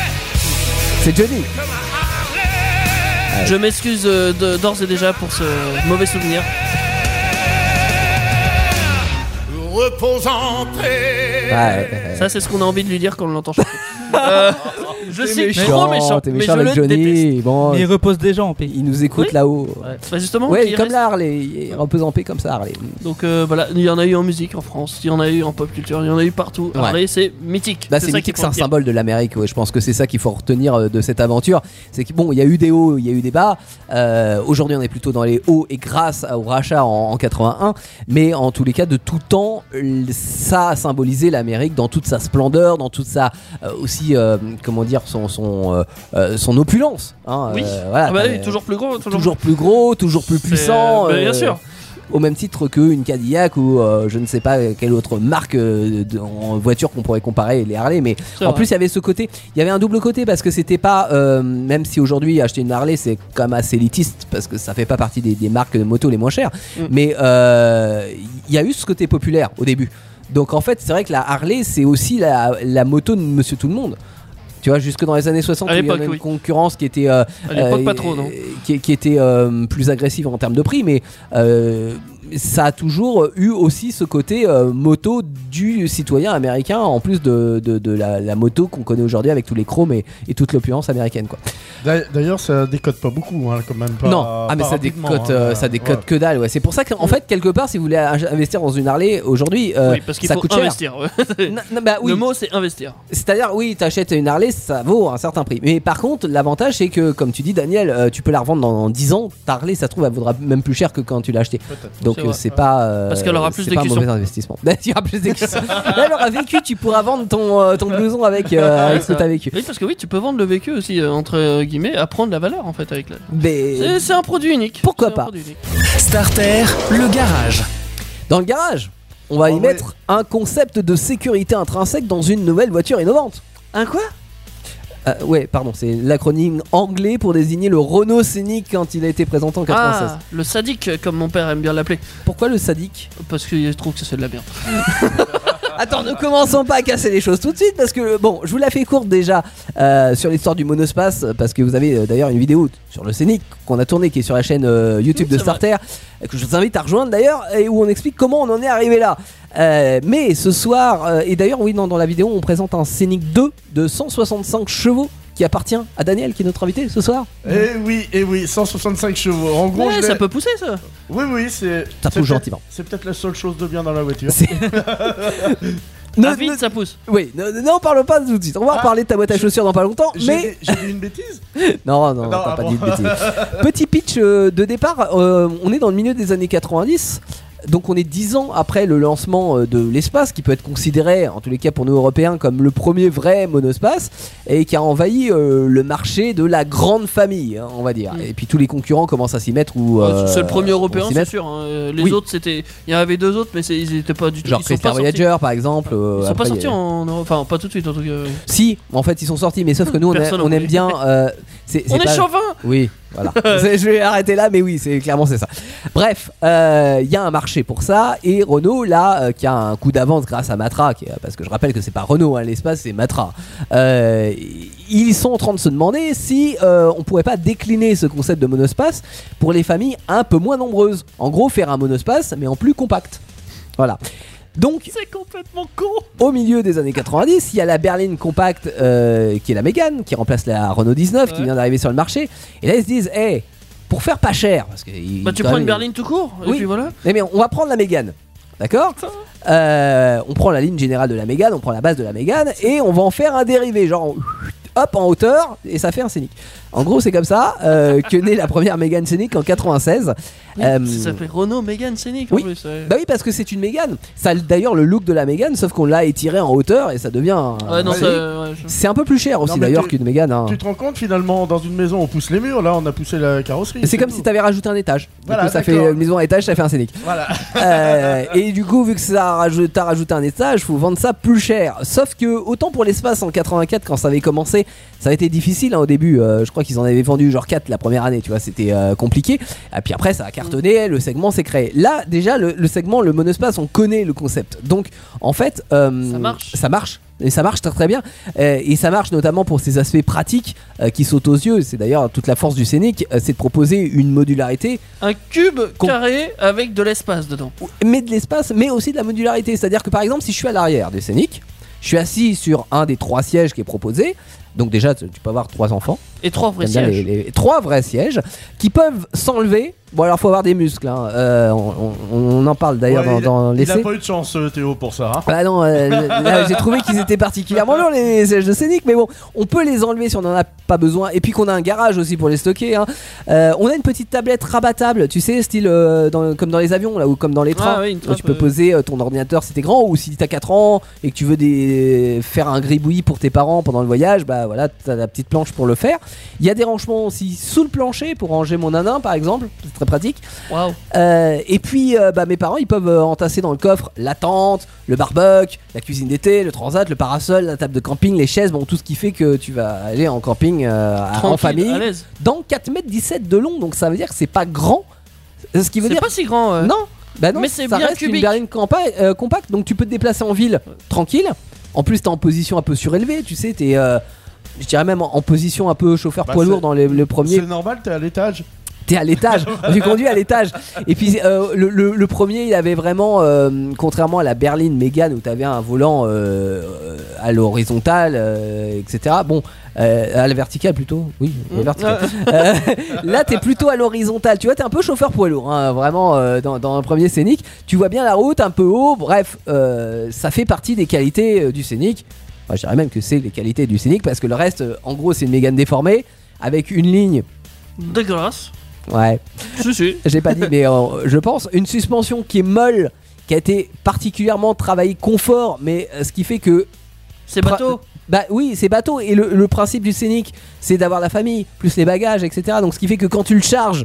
C'est Johnny. Ah
Je m'excuse euh, de- d'ores et déjà pour ce mauvais souvenir.
Ouais, ouais, ouais.
Ça, c'est ce qu'on a envie de lui dire quand on
[laughs]
l'entend chanter. Euh, je suis trop
Méchant,
méchant,
t'es
mais
méchant
je
avec
le déteste.
Johnny.
[laughs]
Bon,
Mais il repose des gens en pays.
il nous écoute
Oui.
là-haut.
Bah, justement,
Ouais,
qu'il
comme
reste-
la Harley, il repose en paix comme ça Harley.
donc euh, voilà, il y en a eu en musique en France, il y en a eu en pop culture, il y en a eu partout.
Ouais.
Harley, c'est mythique.
Bah c'est
ça
mythique,
qu'il
c'est
faut
un
retenir.
symbole de l'Amérique. Ouais, je pense que c'est ça qu'il faut retenir euh, de cette aventure. C'est que bon, il y a eu des hauts, il y a eu des bas. Euh, Aujourd'hui, on est plutôt dans les hauts et grâce au rachat en, en 81. Mais en tous les cas, de tout temps, l- ça a symbolisé l'Amérique dans toute sa splendeur, dans toute sa euh, aussi euh, comment dire son son euh, euh, son opulence. hein.
Oui.
Euh, voilà,
Ah bah
t'as-
oui, toujours plus gros, toujours,
toujours plus gros, toujours plus
C'est-
puissant.
bah,
euh,
bien sûr.
au même titre qu'une Cadillac ou euh, je ne sais pas quelle autre marque euh, de- en voiture qu'on pourrait comparer les Harley mais
C'est
en
vrai.
plus il y avait ce côté il y avait un double côté parce que c'était pas euh, même si aujourd'hui acheter une Harley c'est quand même assez élitiste parce que ça fait pas partie des, des marques de moto les moins chères
Mm.
mais euh, il y a eu ce côté populaire au début donc en fait c'est vrai que la Harley c'est aussi la, la moto de monsieur tout le monde tu vois, jusque dans les années 60,
À
il y
l'époque,
avait une
oui.
concurrence qui était euh,
À l'époque,
euh,
pas trop, non
Qui, qui était euh, plus agressive en termes de prix, mais euh, ça a toujours eu aussi ce côté euh, moto du citoyen américain, en plus de, de- de la, la moto qu'on connaît aujourd'hui avec tous les chromes et, et toute l'opulence américaine. Quoi.
D'a- D'ailleurs, ça décote pas beaucoup, hein, quand même. Pas,
non, ah, mais
pas
ça
rapidement,
décote,
hein,
euh, ça décote que dalle. Ouais. C'est pour ça qu'en fait, quelque part, si vous voulez in- investir dans une Harley aujourd'hui, euh,
oui, parce qu'il
ça
faut
coûte cher.
investir. ouais.
Non, non, bah oui.
Le mot, c'est investir.
C'est-à-dire, oui, t'achètes une Harley, ça vaut un certain prix. Mais par contre, l'avantage, c'est que, comme tu dis, Daniel, euh, tu peux la revendre dans 10 ans. Ta Harley, ça se trouve, elle vaudra même plus cher que quand tu l'as achetée.
Peut-être.
Donc,
C'est
euh,
vrai.
c'est pas. euh,
Parce qu'elle aura plus
c'est
de
pas un
cuisson.
mauvais investissement. [laughs] tu auras plus de cuisson. Là, elle aura vécu, tu pourras vendre ton, euh, ton blouson avec, euh, avec ce que t'as vécu.
Oui, parce que oui, tu peux vendre le vécu aussi, euh, entre euh, guillemets, à prendre la valeur en fait avec la.
Mais
C'est- C'est un produit unique.
Pourquoi
C'est un
pas
produit unique.
Starter, le garage.
dans le garage, on va y
Ah
ouais.
mettre un concept de sécurité intrinsèque dans une nouvelle voiture innovante.
Un quoi
Euh, ouais, pardon, c'est l'acronyme anglais pour désigner le Renault Scénic quand il a été présenté en 96.
Ah, le sadique, comme mon père aime bien l'appeler,
Ah.
Pourquoi le sadique
parce qu'il trouve que c'est de la merde.
Attends, ne commençons pas à casser les choses tout de suite parce que bon, je vous la fais courte déjà euh, sur l'histoire du monospace parce que vous avez euh, d'ailleurs une vidéo sur le scénic qu'on a tournée qui est sur la chaîne euh, YouTube
Oui,
de
c'est vrai.
Starter que je vous invite à rejoindre d'ailleurs et où on explique comment on en est arrivé là. Euh, mais ce soir euh, et d'ailleurs oui non, dans la vidéo on présente un scénic 2 de 165 chevaux qui appartient à Daniel qui est notre invité ce soir.
Eh oui, eh oui, 165 chevaux. En gros,
Ouais,
je
ça
l'ai-
peut pousser ça.
Oui, oui,
Ça
c'est. c'est
pousse
peut-être-
gentiment.
C'est peut-être la seule chose de bien dans la voiture.
C'est-
Ah,
Ne-
vite,
ne-
ça pousse.
oui, ne- ne- n'en parlons pas tout de suite. On va
Ah,
reparler de ta boîte à
je-
chaussures dans pas longtemps.
J'ai
Mais
dit- J'ai dit
[laughs]
une bêtise
Non, non,
Non,
t'as
ah
pas
bon.
dit de bêtises. Petit pitch euh, de départ, euh, on est dans le milieu des années 90. Donc on est 10 ans après le lancement euh, de l'espace, qui peut être considéré, en tous les cas pour nous Européens, comme le premier vrai monospace, et qui a envahi euh, le marché de la grande famille, hein, on va dire.
Mm.
Et puis tous les concurrents commencent à s'y mettre. ou euh,
Ah, c'est le premier européen,
vont s'y
c'est
mettre.
sûr. hein. Euh, Les
Oui.
autres, c'était. Il y en avait deux autres, mais c'est- ils étaient pas du tout.
Genre
ils sont
Chrysler
pas sortis.
Voyager par exemple. euh,
Ils sont
après,
pas
il y a-
sortis hein. en Europe. Enfin, pas tout de suite en tout cas.
Si, en fait ils sont sortis, mais sauf que nous on, a-
Personne en
on aime
voulait.
bien... euh, c'est-
On
c'est
est
pas-
chauvin
Oui, voilà. C'est- je vais arrêter là, mais oui, c'est clairement c'est ça. Bref, euh, il y a un marché pour ça et Renault là, euh, qui a un coup d'avance grâce à Matra, qui est- euh, parce que je rappelle que c'est pas Renault hein, l'espace, c'est Matra. Euh, ils sont en train de se demander si euh, on pourrait pas décliner ce concept de monospace pour les familles un peu moins nombreuses. En gros, faire un monospace mais en plus compact. Voilà. Donc,
C'est complètement con
au milieu des années 90, il y a la berline compacte euh, qui est la Mégane, qui remplace la Renault 19 qui
Ouais.
vient d'arriver sur le marché. Et là, ils se disent, hé, pour faire pas cher, parce que. ils-
Bah, tu
quand même,
prends une
ils-
berline tout court, et
Oui.
puis voilà.
Eh bien, on va prendre la Mégane. D'accord Euh, On prend la ligne générale de la Mégane, on prend la base de la Mégane et on va en faire un dérivé, genre hop en hauteur et ça fait un scénic. En gros, c'est comme ça euh, que naît la première Mégane scénic en 96.
Oui,
Euh,
Ça s'appelait Renault Mégane Scénic
oui.
en plus. ouais.
bah oui, parce que c'est une Mégane. Ça a d'ailleurs le look de la Mégane, sauf qu'on l'a étiré en hauteur et ça devient. un-
Ouais, non,
un
ça,
scénic.
ouais, je-
C'est un peu plus cher
Non,
aussi
mais
d'ailleurs
tu-
qu'une Mégane. hein.
Tu te rends compte finalement, dans une maison on pousse les murs, là on a poussé la carrosserie.
Et C'est comme
tout.
si t'avais rajouté un étage. Du
Voilà,
coup, ça fait
d'accord.
une maison à étage, ça fait un scénic.
Voilà.
[laughs] Euh, et du coup, vu que ça a rajout- t'as rajouté un étage, faut vendre ça plus cher. Sauf que autant pour l'espace en 84 quand ça avait commencé, ça a été difficile hein, au début. Euh, je crois qu'ils en avaient vendu genre 4 la première année, tu vois, c'était euh, compliqué. Et puis après, ça a
Mm.
cartonné, le segment s'est créé. Là, déjà, le, le segment, le monospace, on connaît le concept. Donc, en fait, euh,
Ça marche.
Ça marche. Et ça marche très très bien. Euh, et ça marche notamment pour ces aspects pratiques euh, qui sautent aux yeux. C'est d'ailleurs toute la force du scénic, euh, c'est de proposer une modularité
Un cube
Con.
carré avec de l'espace dedans.
mais de l'espace, mais aussi de la modularité. C'est-à-dire que par exemple, si je suis à l'arrière des scéniques, je suis assis sur un des trois sièges qui est proposé. Donc déjà, tu tu peux avoir trois enfants.
Et trois vrais
J'aime bien
sièges.
les- les- trois vrais sièges qui peuvent s'enlever. Bon, alors faut avoir des muscles. hein. Euh, on, on- on en parle d'ailleurs dans,
Ouais, il,
dans
il a
l'essai.
pas eu de chance, euh, Théo, pour ça. hein.
Ah non,
[laughs]
euh, là, j'ai trouvé qu'ils étaient particulièrement longs les sièges de scénic, mais bon, on peut les enlever si on en a pas besoin, et puis qu'on a un garage aussi pour les stocker. hein. Euh, on a une petite tablette rabattable, tu sais, style euh, dans- comme dans les avions là ou comme dans les trains,
Ah oui, une
où
trappe,
tu peux
euh.
poser euh, ton ordinateur si t'es grand ou si t'as 4 ans et que tu veux des... faire un gribouillis pour tes parents pendant le voyage, bah voilà, t'as la petite planche pour le faire. Il y a des rangements aussi sous le plancher pour ranger mon nanin par exemple, c'est très pratique.
Waouh.
Euh, et puis, euh, bah, mes parents, ils peuvent euh, entasser dans le coffre la tente, le barbecue, la cuisine d'été, le transat, le parasol, la table de camping, les chaises, bon, tout ce qui fait que tu vas aller en camping euh, à- en
Tranquille,
famille.
à l'aise.
Dans 4 mètres 17 de long, donc ça veut dire que c'est pas grand. Ce qui veut
C'est
dire
pas si grand. euh.
non, bah non,
Mais c'est
ça
bien
reste une
cubique.
berline campa- euh, compacte, donc tu peux te déplacer en ville tranquille. En plus, t'es en position un peu surélevée, tu sais, t'es, euh, je dirais même en, en position un peu chauffeur
Bah,
poids
c'est-
lourd dans les- le premier.
C'est normal, t'es à l'étage.
T'es à l'étage. J'ai conduit à l'étage. Et puis euh, le, le- le premier, il avait vraiment, euh, contrairement à la berline Mégane où t'avais un volant euh, à l'horizontale, euh, etc. Bon, euh, à la verticale plutôt. Oui, à la verticale. Euh, là, t'es plutôt à l'horizontale. Tu vois, t'es un peu chauffeur poids lourd, hein, vraiment euh, dans, dans le premier scénic. Tu vois bien la route, un peu haut. Bref, euh, ça fait partie des qualités euh, du scénic. Moi, je dirais même que c'est les qualités du scénic parce que le reste, euh, en gros, c'est une Mégane déformée avec une ligne.
Dégueulasse.
Ouais,
Si, si.
j'ai pas dit, mais euh, je pense une suspension qui est molle, qui a été particulièrement travaillée confort, mais euh, ce qui fait que
C'est bateau.
bah oui, c'est bateau. Et le, le principe du scénic, c'est d'avoir la famille, plus les bagages, etc. Donc ce qui fait que quand tu le charges,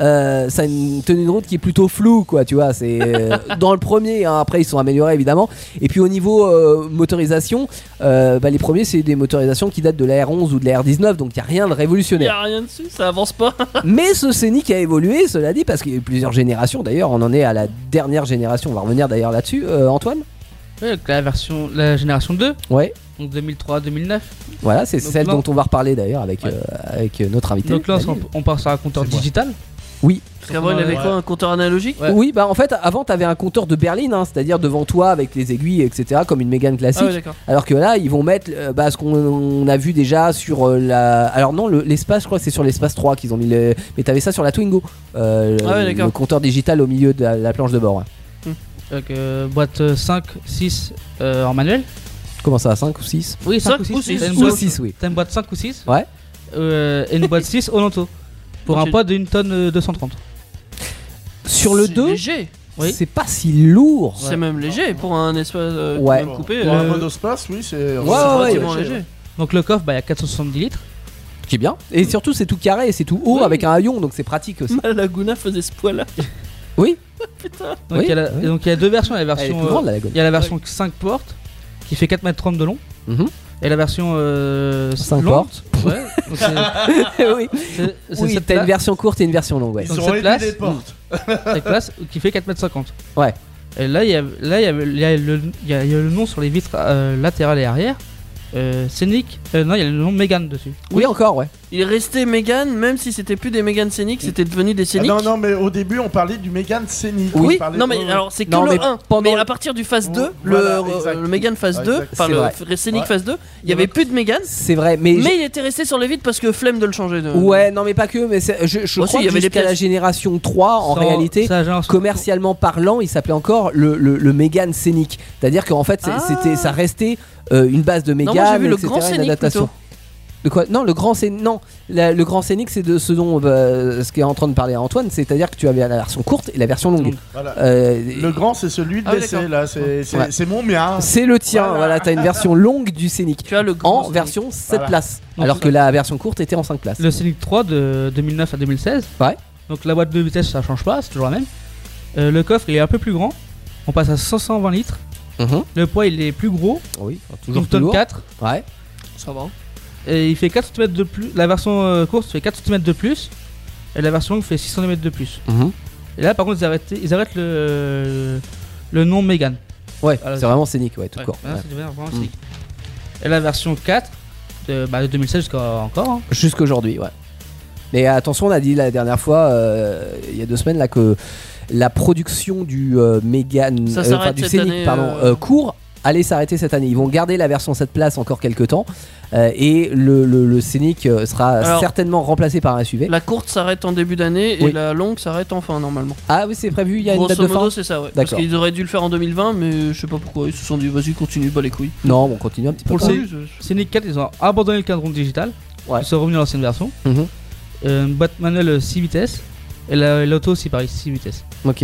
euh, ça a une tenue de route qui est plutôt floue, quoi, tu vois. C'est euh, dans le premier, hein. après ils sont améliorés évidemment. Et puis au niveau euh, motorisation, euh, bah, les premiers, c'est des motorisations qui datent de la R11 ou de la R19, donc il n'y a rien de
Il
révolutionnaire.
a rien dessus, ça
[laughs]
avance pas.
Mais ce scénic a évolué, cela dit, parce qu'il y a eu plusieurs générations. D'ailleurs, on en est à la dernière génération. On va revenir d'ailleurs là-dessus, euh, Antoine.
Ouais, avec la version, la génération 2,
Ouais.
donc 2003-2009.
Voilà, c'est
Donc
celle
là-
dont on va reparler d'ailleurs avec,
Ouais.
euh, avec euh, notre invité.
Donc là, on
Daniel.
s'en- on part sur un compteur
C'est moi.
digital.
Parce qu'avant, il avait
Ouais.
quoi Un compteur analogique
Ouais.
Oui, bah en fait, avant, t'avais un compteur de berline, hein, c'est-à-dire devant toi avec les aiguilles, etc., comme une Mégane classique.
Ah ouais, d'accord.
alors que là, ils vont mettre euh, bah, ce qu'on on a vu déjà sur euh, la. Alors non, le- l'espace, je crois que c'est sur l'espace 3 qu'ils ont mis le. Mais t'avais ça sur la Twingo, euh,
Ah ouais, d'accord.
le compteur digital au milieu de la, la planche de bord. hein.
Avec euh, boîte euh, 5, 6 euh, en manuel.
Comment ça, 5 ou 6
Oui,
5 ou six.
T'as une,
Ou
boîte-
six, oui.
t'as une boîte 5 ou 6
Ouais.
Euh, et une boîte 6 au lanto. Pour un
Tu-
poids de 1 tonne euh, 230.
Sur le
C'est
2,
léger.
Oui.
c'est pas si lourd.
C'est même léger pour un espace euh,
Ouais.
quand même coupé.
Pour un
euh,
monospace, oui, c'est.
Ouais,
c'est
ouais,
relativement
ouais.
léger.
Donc le coffre, bah, il y a 470 litres.
Qui est bien. Et surtout, c'est tout carré, c'est tout haut
Oui.
avec un haillon, donc c'est pratique
[laughs]
aussi.
Ma Laguna faisait ce poids-là.
Donc,
Oui,
il y a
oui.
la- et donc il y a deux versions. Il y a la
Elle est
version,
plus
euh,
grande la Lagone.
[laughs] il y a la version 5 portes qui fait 4m30 de long.
Mhm.
Et la version euh,
Cinq
longue,
portes.
Ouais. donc c'est-
oui,
c'est-
[laughs]
c'est
Oui,
cette
t'as une
pla-
version courte et une version longue, ouais.
Ils
Donc
ont
cette
réduit
place,
euh,
les portes.
cette classe qui fait 4m50.
Ouais.
Et là, il y a, là, il y a, il y a le, il y a- il y a le nom sur les vitres euh, latérales et arrière. Euh, Scénic. Euh, non, il y a le nom Megan dessus.
Oui, encore, ouais.
Il est resté Mégane, même si c'était plus des Mégane scéniques, c'était devenu des
Ah
scéniques.
non, non, mais au début, on parlait du Mégane scénique. On
Oui,
parlait-
non mais
ouais, ouais.
alors c'est que
Non,
le
mais
1.
pendant-
Mais à partir du phase 2,
Voilà,
le, euh,
exact.
le Mégane phase 2,
Exact.
enfin
C'est
le f- Scénic
Ouais.
phase 2, il y
Ouais.
avait plus de Mégane,
C'est vrai, mais.
mais il était resté sur les vides parce que flemme de le changer. de-
Ouais, non, mais pas que, mais c'est- je, je
Aussi,
crois
il y
que
avait des
jusqu'à la
pièces.
génération 3, Ah, en
Sans-
réalité,
ça, genre,
commercialement parlant, il s'appelait encore le, le, le Mégane scénique. C'est-à-dire qu'en fait, c'est-
Ah.
c'était, ça restait euh, une base de Mégane,
moi, j'ai vu le
etc.,
grand
une
scénic
adaptation.
plutôt.
Le quoi Non, le grand scénic, non. La- le grand scénic, c'est de ce dont euh, ce qu'est en train de parler Antoine, c'est-à-dire que tu avais la version courte et la version longue.
Voilà.
Euh,
Le grand, c'est celui de
Ah oui,
l'essai,
d'accord.
là. C'est c'est-
Ouais.
c'est mon mien. hein.
c'est le tien, voilà,
Voilà.
t'as une version longue du scénic.
Tu as le
En
grand scénic.
version 7
Voilà.
places,
Donc,
alors que la version courte était en 5 places.
Le Scénic 3 de 2009 à 2016.
Ouais.
Donc la boîte de vitesse, ça change pas, c'est toujours la même. Euh, le coffre, il est un peu plus grand. On passe à 520 litres.
Mhm.
Le poids, il est plus gros.
Oui, enfin, toujours
Toujours
plus
tonne
lourd.
4.
Ouais.
Ça va.
Et il fait 4 cm de plus. La version euh, courte fait 4 cm de plus. Et la version longue fait 600 mm de plus.
Mhm.
Et là, par contre, ils arrêtent, ils arrêtent le, le nom Megan.
Ouais,
Ah, là,
c'est
c'est-
vraiment scénic, ouais, tout
Ouais,
court.
là,
Ouais.
c'est devenu vraiment
Mm.
slick. Et la version 4, de, bah, de 2016 jusqu'à encore. hein.
Jusqu'aujourd'hui, ouais. Mais attention, on a dit la dernière fois, euh, il y a deux semaines, là, que la production du euh, Mégane,
Ça
euh,
s'arrête
enfin, du
cette
Scénic,
année,
pardon,
euh,
euh, court, allait s'arrêter cette année. Ils vont garder la version 7 places encore quelques temps, euh, et le, le, le Scénic euh, sera
Alors-
certainement remplacé par un SUV.
La courte s'arrête en début d'année et
Oui.
la longue s'arrête en fin normalement.
Ah oui, c'est prévu, il y a une
Grosso
date de fin
modo, c'est ça, ouais. Parce
D'accord.
qu'ils auraient dû le faire en 2020, mais je sais pas pourquoi. Ils se sont dit, vas-y, continue, bas les couilles.
Non, on continue un petit peu.
Pour le
quand
Scénic. Scénic 4, ils ont abandonné le cadran digital.
Ouais.
Ils sont revenus à l'ancienne version.
même. Mhm.
Euh, une boîte manuelle 6 vitesses. Et la- l'auto aussi, pareil, 6 vitesses.
Ok.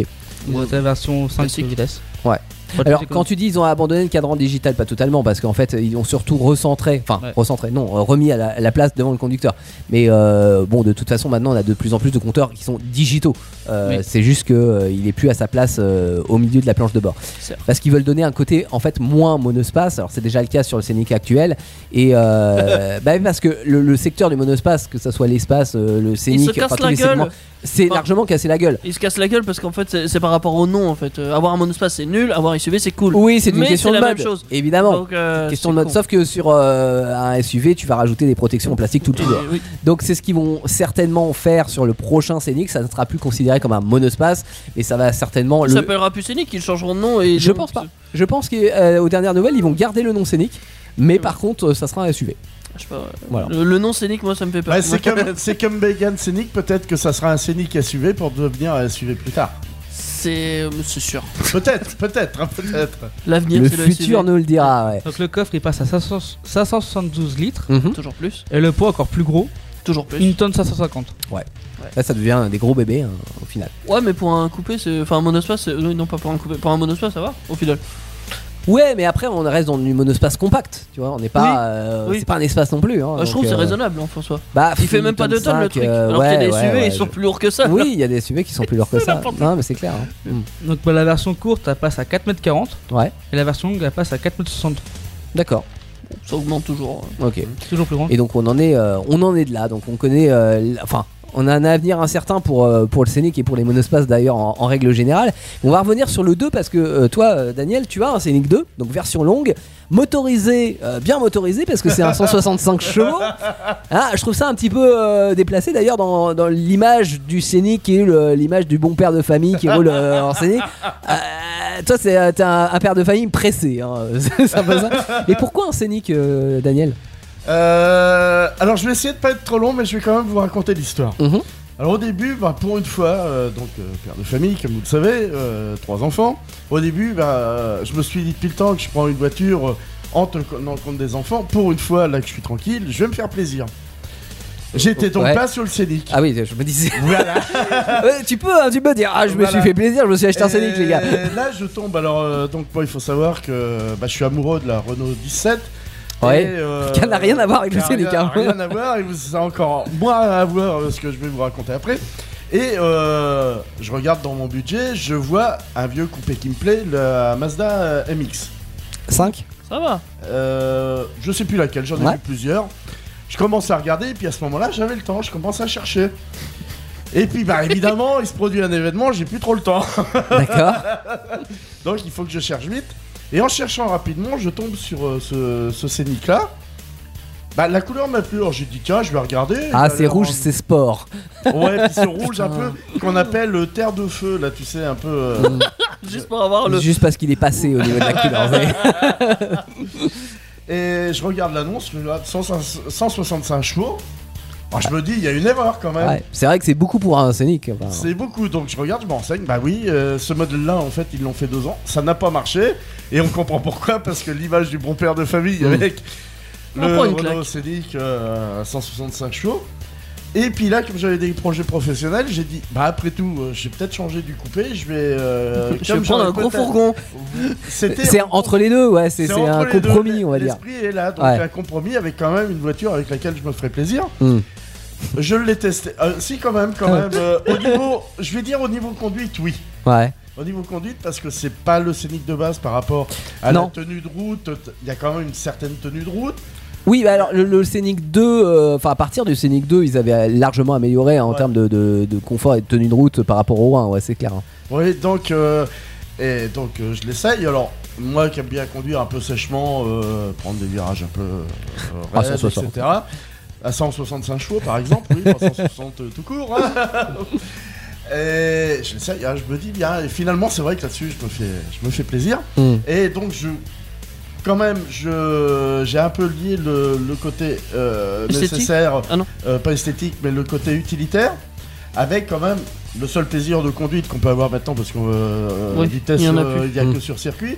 Ils ont la version 5
Classique.
vitesses.
Ouais.
Pas de
Alors,
plus
quand tu dis ils ont abandonné le cadran digital, pas totalement, parce qu'en fait, ils ont surtout recentré, enfin,
Ouais.
recentré, non, euh, remis à la, à la place devant le conducteur. Mais euh, bon, de toute façon, maintenant, on a de plus en plus de compteurs qui sont digitaux. Euh,
Oui.
C'est juste qu'il est plus à sa place euh, au milieu de la planche de bord.
Certes.
Parce qu'ils veulent donner un côté, en fait, moins monospace. Alors, c'est déjà le cas sur le Scénic actuel. Et
[laughs]
euh, bah, parce que le, le secteur du monospace, que ça soit l'espace, euh, le
Ils se
Scénic, enfin,
cassent
tous
la
les segments,
gueule.
c'est
Enfin,
largement cassé la gueule.
Ils se cassent la gueule parce qu'en fait, c'est c'est par rapport au nom en fait. Euh, avoir un monospace, c'est nul. Avoir SUV, c'est cool.
Oui, c'est une
Mais
question
c'est
de
la
mode.
même chose.
Évidemment.
Donc, euh,
question
c'est
de mode.
con.
Sauf que sur euh, un SUV, tu vas rajouter des protections en plastique tout Oh, le
Et-
tour.
oui.
Donc c'est ce qu'ils vont certainement faire sur le prochain Scénic. Ça ne sera plus considéré comme un monospace, mais ça va certainement.
Ça
le-
s'appellera plus Scénic, ils changeront de nom. Et
Je
donc,
pense pas. Je pense qu'aux dernières nouvelles, ils vont garder le nom Scénic, mais par contre, euh, ça sera un SUV.
je sais pas, ouais.
Voilà.
le, le nom Scénic, moi, ça me fait peur.
Ouais, c'est comme, c'est comme Megan Scénic, peut-être que ça sera un Scénic SUV pour devenir un SUV plus tard.
[laughs] C'est euh, c'est sûr.
Peut-être, peut-être, hein, peut-être.
L'avenir,
Le
c'est le
futur
SUV.
nous le dira. ouais.
Donc le coffre il passe à 500 572 litres
Mhm.
Toujours plus.
et le poids encore plus gros,
Toujours plus.
une tonne 550.
Là, ça devient des gros bébés hein, au final.
Ouais, mais pour un coupé, c'est. Enfin, un monospace, c'est- non, non, pas pour un coupé. Pour un monospace, ça va, au final.
Ouais, mais après, on reste dans du monospace compact. Tu vois, on n'est pas. euh,
Oui.
C'est pas un espace non plus. hein,
Bah, je
donc,
trouve que c'est
euh,
raisonnable, en François.
Bah,
Il fait même pas de
tonne
tonnes le
cinq,
truc.
euh,
alors qu'il y a
ouais,
des
ouais,
SUV,
ouais,
ils sont
je-
plus lourds que ça.
Oui, il y a des SUV qui sont plus lourds que ça. Non, mais c'est clair. hein.
Donc bah, la version courte elle passe à 4m40
Ouais,
et la version longue elle passe à 4m60.
d'accord.
[laughs] Ça augmente toujours.
Ok.
Toujours plus
[laughs]
grande.
Et donc on en est, euh, on en est de là. Donc on connaît, euh, l- enfin, on a un avenir incertain pour euh, pour le Scénic et pour les monospaces d'ailleurs en, en règle générale. On va revenir sur le 2 parce que euh, toi, euh, Daniel, tu as un Scénic 2, donc version longue, motorisé, euh, bien motorisé parce que c'est un 165 chevaux. Ah, je trouve ça un petit peu euh, déplacé d'ailleurs dans, dans l'image du Scénic qui est le- l'image du bon père de famille qui roule euh, en Scénic. Euh, toi, c'est euh, t'es un, un père de famille pressé, hein. [laughs] c'est un peu ça. Et pourquoi un Scénic, euh, Daniel
Euh, alors je vais essayer de pas être trop long, mais je vais quand même vous raconter l'histoire.
Mhm.
Alors au début, bah, pour une fois, euh, donc euh, père de famille, comme vous le savez, euh, trois enfants. Au début, bah, euh, je me suis dit depuis le temps que je prends une voiture euh, en tenant compte des enfants. Pour une fois, là que je suis tranquille, je vais me faire plaisir. J'étais donc
Ouais.
pas sur le Scénic.
Ah oui, je me disais.
Voilà.
Ouais, tu peux, hein, tu peux dire. Ah, je me
Voilà. Euh.
suis fait plaisir, je me suis acheté un Scénic, les gars.
Et Là, je tombe. Alors, euh, donc, moi, il faut savoir que bah, je suis amoureux de la Renault 17.
Ouais.
Et, euh,
Qui n'a rien à voir avec le
qui a
Scénic,
Rien,
hein.
rien à voir, et vous- ça a encore moins à voir euh, ce que je vais vous raconter après. Et euh, je regarde dans mon budget, je vois un vieux coupé qui me plaît, la Mazda euh, MX.
5
Ça va.
Euh, je sais plus laquelle, j'en ai
Ouais.
vu plusieurs. Je commence à regarder, et puis à ce moment-là, j'avais le temps, je commence à chercher. Et puis, bah, évidemment, il se produit un événement, j'ai plus trop le temps.
D'accord.
Donc il faut que je cherche vite. Et en cherchant rapidement, je tombe sur euh, ce, ce scénic là. Bah la couleur m'a plu, alors j'ai dit tiens je vais regarder.
Ah,
Il a
c'est
l'air
rouge,
en-
c'est sport.
Ouais, puis c'est
[laughs]
rouge un peu qu'on appelle le terre de feu là, tu sais un peu. euh,
Mm.
Juste pour
Oh,
avoir le.
Juste parce qu'il est passé au niveau de
[laughs]
la couleur. ouais.
Et je regarde l'annonce, je regarde 105 165 chevaux. Alors, je me dis il y a une erreur quand même.
Ouais. C'est vrai que c'est beaucoup pour un Scénic. enfin.
C'est beaucoup, donc je regarde, je m'enseigne. Bah oui, euh, ce modèle-là, en fait, ils l'ont fait deux ans. Ça n'a pas marché. Et on comprend pourquoi, parce que l'image du bon père de famille avec
On
le
prend une
Renault
claque.
Scénic euh, à 165 chevaux. Et puis là, comme j'avais des projets professionnels, j'ai dit, bah après tout, euh, j'ai peut-être changé du coupé. Je vais. euh,
[laughs] Je
comme
vais prendre
j'aurais
un gros
peut-être-
fourgon.
C'était.
C'est entre les deux, ouais. C'est c'est
entre
un
les deux.
compromis, on va dire.
L'esprit est là, donc
Ouais.
un compromis avec quand même une voiture avec laquelle je me ferais plaisir.
Hmm.
Je l'ai testé. Euh, si, quand même, quand même. Euh, au niveau, je vais dire au niveau conduite, oui.
Ouais.
Au niveau conduite, parce que c'est pas le scénic de base par rapport à
Non.
la tenue de route. Il y a quand même une certaine tenue de route.
Oui, bah alors le, le Scénic 2, euh, enfin à partir du Scénic 2, ils avaient largement amélioré hein, en
Ouais.
termes de, de- de confort et de tenue de route par rapport au 1, ouais, c'est clair. hein.
Oui, donc, euh, et donc euh, je l'essaye. Alors, moi qui aime bien conduire un peu sèchement, euh, prendre des virages un peu euh,
À
raides,
160.
etc. À 165 chevaux, par exemple, oui, pas 160 euh, tout court. hein. Et je l'essaye, hein, je me dis bien. Et finalement, c'est vrai que là-dessus, je me fais, je me fais plaisir.
Hmm.
Et donc, je. Quand même, je j'ai un peu lié le, le côté euh,
Esthétique
nécessaire,
Ah non.
euh, pas esthétique, mais le côté utilitaire, avec quand même le seul plaisir de conduite qu'on peut avoir maintenant, parce qu'on euh,
Oui,
vitesse,
il y en a
euh,
plus.
il n'y a,
Mm.
que sur circuit,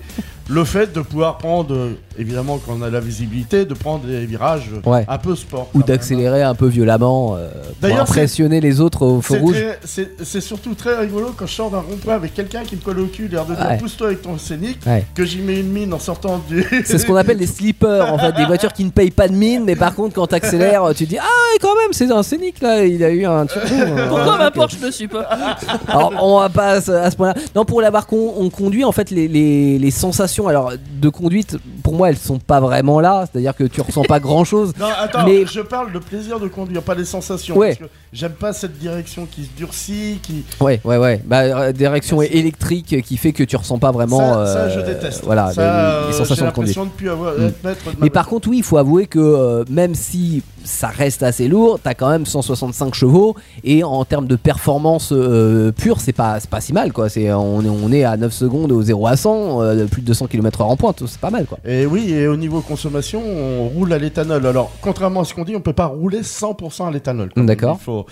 le fait de pouvoir prendre, euh, évidemment, quand on a la visibilité, de prendre des virages euh,
Ouais.
un peu sport.
Ou
quand même.
d'accélérer un peu violemment euh, pour
D'ailleurs,
impressionner les autres au feu
hein. C'est
rouge.
très- C'est c'est surtout très rigolo quand je sors d'un rond-point avec quelqu'un qui me colle au cul, l'air de dire
Ouais.
pousse-toi avec ton scénic,
Ouais.
que j'y mets une mine en sortant du.
C'est
[laughs]
ce qu'on appelle des sleepers en fait, des voitures qui ne payent pas de mine, mais par contre quand t'accélères, tu te dis ah ouais, quand même c'est un scénic là, il a eu un. turbo, euh,
Pourquoi
un truc, euh.
ma Porsche ne suit pas Ah,
Alors on va pas à ce à ce point-là. Non pour la barre qu'on on conduit en fait les, les- les sensations alors de conduite pour moi, elles sont pas vraiment là. C'est-à-dire que tu ressens pas
[laughs]
grand-chose.
Non, attends,
Mais-
je parle de plaisir de conduire, pas des sensations.
Ouais.
Parce que j'aime pas cette direction qui se durcit, qui.
Ouais, ouais, ouais. Bah, euh, direction électrique qui fait que tu ressens pas vraiment.
ça, ça,
euh,
je déteste.
Voilà,
Ça,
les-
euh,
les sensations de
J'ai
conduite.
l'impression de plus avoir,
Mm.
être maître de ma
Mais par contre, oui, il faut avouer que euh, même si ça reste assez lourd, t'as quand même 165 chevaux et en termes de performance euh, pure, c'est pas, c'est pas si mal quoi. C'est, on, est- on est à 9 secondes au 0 à 100, euh, plus de 200 km/h en pointe, c'est pas mal quoi.
Et oui, et au niveau consommation, on roule à l'éthanol. Alors, contrairement à ce qu'on dit, on peut pas rouler 100% à l'éthanol. quoi.
D'accord.
Il faut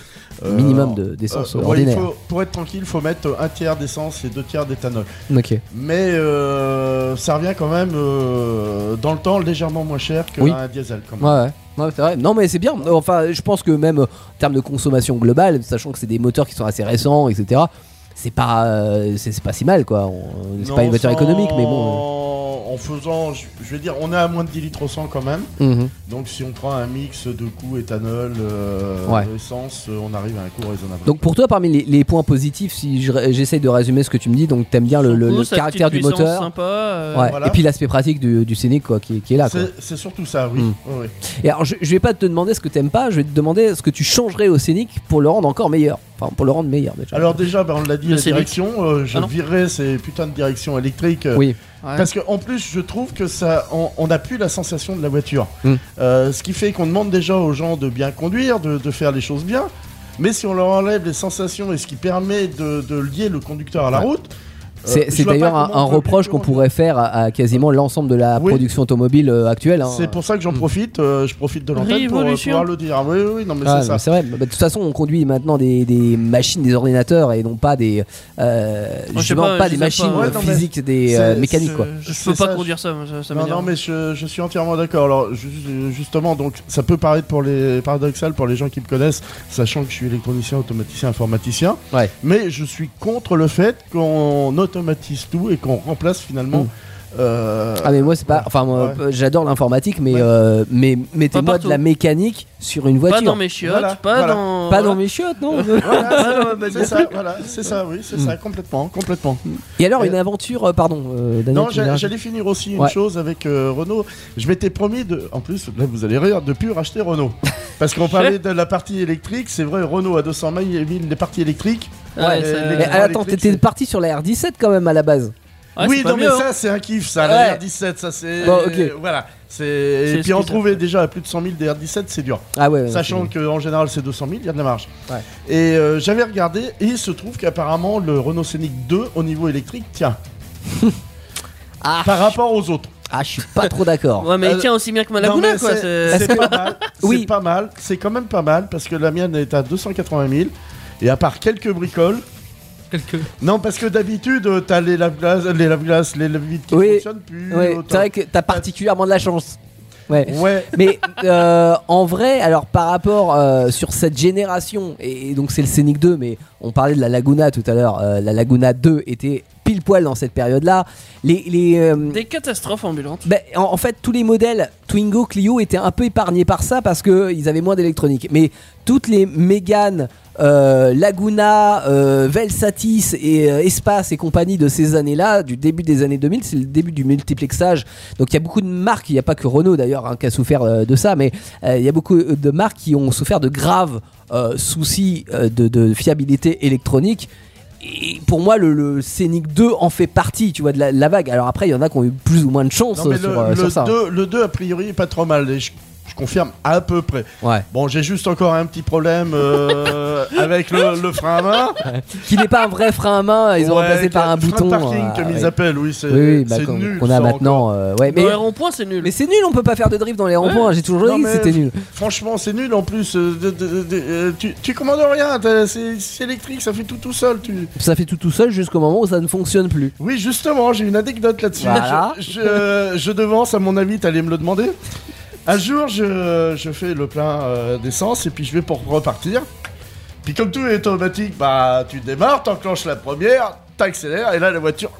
euh,
Minimum de- d'essence
ouais, il
ordinaire.
faut- pour être tranquille, il faut mettre un tiers d'essence et deux tiers d'éthanol.
Ok.
Mais euh, ça revient quand même euh, dans le temps légèrement moins cher qu'un
Oui.
diesel. Quand même.
Ouais, ouais. Ouais, c'est vrai. Non, mais c'est bien. Enfin, je pense que même euh, en termes de consommation globale, sachant que c'est des moteurs qui sont assez récents, etc., c'est pas, euh, c'est c'est pas si mal quoi. On- C'est pas
Non,
une voiture
sans-
économique, mais bon. euh.
En faisant, je, je vais dire, on est à moins de 10 litres au 100 quand même.
euh, mhm.
Donc si on prend un mix de coût éthanol, euh,
Ouais.
essence, euh, on arrive à un coût raisonnable.
Donc pour toi, parmi les, les points positifs, si je- j'essaye de résumer ce que tu me dis, donc t'aimes bien le, le- le
Surtout, sa
caractère du
petite puissance
moteur.
Sympa, euh,
Ouais,
voilà.
Et puis l'aspect pratique du, du Scénic quoi, qui, qui est là. Quoi.
c'est c'est surtout ça, oui.
Mm.
Ouais, ouais.
Et alors je, je vais pas te demander ce que t'aimes pas, je vais te demander ce que tu changerais au Scénic pour le rendre encore meilleur. Enfin pour le rendre meilleur déjà.
Alors déjà, bah, on l'a dit,
Le
la
Scénic.
direction, euh, je
Ah non.
virerai ces putains de directions électriques. euh,
oui.
ouais.
Parce qu'en plus, je trouve que ça, on n'a plus la sensation de la voiture.
Mm.
Euh, ce qui fait qu'on demande déjà aux gens de bien conduire, de, de faire les choses bien. Mais si on leur enlève les sensations et ce qui permet de, de lier le conducteur à la
Ouais.
route, euh,
C'est
je
c'est
vois pas
d'ailleurs un,
comment
un
on peut
reproche
plus
qu'on
loin.
pourrait faire à, à quasiment l'ensemble de la
Oui.
production automobile euh, actuelle. hein.
C'est pour ça que j'en
Mm.
profite, euh, je profite de l'antenne pour euh,
Révolution.
pouvoir le dire. Ah Oui, oui, oui, non, mais
Ah,
c'est
mais
ça.
c'est vrai. Bah, de toute façon, on conduit maintenant des, des machines, des ordinateurs et non pas des euh,
sais
justement
pas,
pas,
je
des
les aime
machines
pas.
Ouais, non, mais
physiques, des euh,
C'est-
mécaniques
c'est-
quoi.
Je
c'est
peux pas
ça,
conduire ça, moi, ça, ça
Non,
m'énerve.
non, mais je, je suis entièrement d'accord. Alors, ju- justement, donc, ça peut paraître pour les paradoxal pour les gens qui me connaissent, sachant que je suis électronicien, automaticien, informaticien.
Ouais.
Mais je suis contre le fait qu'on automatise tout et qu'on remplace finalement.
Mm.
euh,
Ah mais moi c'est pas
Ouais.
enfin moi,
Ouais.
j'adore l'informatique mais
Ouais.
euh, mais mettez-moi de
partout.
la mécanique sur une
Pas dans
voiture.
mes chiottes,
Voilà,
pas
voilà.
dans.
Pas
voilà.
dans mes chiottes non.
voilà, c'est ça, voilà, c'est ça, oui, c'est ça, complètement, complètement.
Et alors
Et-
une aventure euh, pardon euh, Daniel,
Non,
tu
j'a-
voulais
j'allais finir aussi une
Ouais.
chose avec euh, Renault. Je m'étais promis de, en plus, là vous allez rire, de plus racheter Renault.
[laughs]
Parce qu'on parlait de la partie électrique, c'est vrai, Renault à 200 000 les parties électriques.
Ouais,
Ouais,
ça-
mais-
Mais
Électrique,
Ah, attends, t'étais
c'est-
parti sur la R17 quand même à la base.
Ouais,
oui,
c'est pas
non, mais
mieux, hein.
ça, c'est un kiff, ça.
Ouais.
La DR17, ça, c'est.
Bon, ok.
Voilà. C'est...
C'est
Et puis en
excusable.
trouver déjà à plus de 100 000 DR17, c'est dur.
Ah ouais. ouais,
Sachant
c'est-
qu'en général, c'est 200 000, il y a de la marge.
Ouais.
Et euh, j'avais regardé, et il se trouve qu'apparemment, le Renault Scénic 2, au niveau électrique, tient.
[laughs] Ah.
Par rapport aux autres.
ah je suis pas trop d'accord.
Ouais, mais il
Euh,
tient aussi bien que ma
Non,
Laguna,
mais
quoi.
c'est,
c'est-
c'est pas
[laughs]
mal.
Oui.
C'est pas mal. C'est quand même pas mal, parce que la mienne est à 280 000. Et à part quelques bricoles.
Quelques-
Non, parce que d'habitude, euh, t'as les lave-glaces, les lave-glaces, les lave-vides qui
Oui.
fonctionnent plus.
Ouais,
autant.
c'est vrai que t'as particulièrement de la chance. Ouais.
Ouais.
Mais euh, en vrai, alors par rapport euh, sur cette génération, et, et donc c'est le Scénic 2, mais on parlait de la Laguna tout à l'heure, euh, la Laguna 2 était pile poil dans cette période-là. Les, les, euh,
Des catastrophes ambulantes.
ben, en, en fait, tous les modèles Twingo, Clio étaient un peu épargnés par ça parce que ils avaient moins d'électronique. Mais toutes les Mégane, euh, Laguna, euh, Velsatis et euh, Espace et compagnie de ces années-là, du début des années 2000, c'est le début du multiplexage. Donc il y a beaucoup de marques, il n'y a pas que Renault d'ailleurs hein, qui a souffert euh, de ça, mais euh, il y a beaucoup euh, de marques qui ont souffert de graves euh, soucis euh, de- de fiabilité électronique. Et pour moi, le, le Scénic 2 en fait partie, tu vois, de la, de la vague. Alors après, il y en a qui ont eu plus ou moins de chance
Non, mais
euh, sur,
le,
euh,
le
sur ça.
2, le 2, a priori, est pas trop mal. Et je, je confirme à peu près.
Ouais.
Bon, j'ai juste encore un petit problème
[laughs]
euh, avec le, le frein à main.
Qui n'est pas un vrai frein à main, ils ont
Ouais,
remplacé
avec
par
le
un
frein de
bouton.
parking,
euh,
comme
ouais.
ils appellent, oui, c'est
oui, oui, bah,
c'est
qu'on-
nul.
qu'on a
ça, encore.
maintenant. euh, ouais, mais
Dans les ronds-points, c'est nul.
mais c'est nul, on peut pas faire de drift dans les ronds-points. hein. J'ai toujours
Non,
dit que
mais-
c'était nul.
Franchement, c'est nul en plus. euh, de- de- de- euh, tu, tu commandes rien, t'as- c'est c'est électrique, ça fait tout tout seul. Tu...
Ça fait tout tout seul jusqu'au moment où ça ne fonctionne plus.
Oui, justement, j'ai une anecdote là-dessus.
Voilà.
Je, je- je devance, à mon avis, t'allais me le demander. Un jour, je, je fais le plein euh, d'essence et puis je vais pour repartir. Puis comme tout est automatique, bah tu démarres, t'enclenches la première, t'accélères et là la voiture...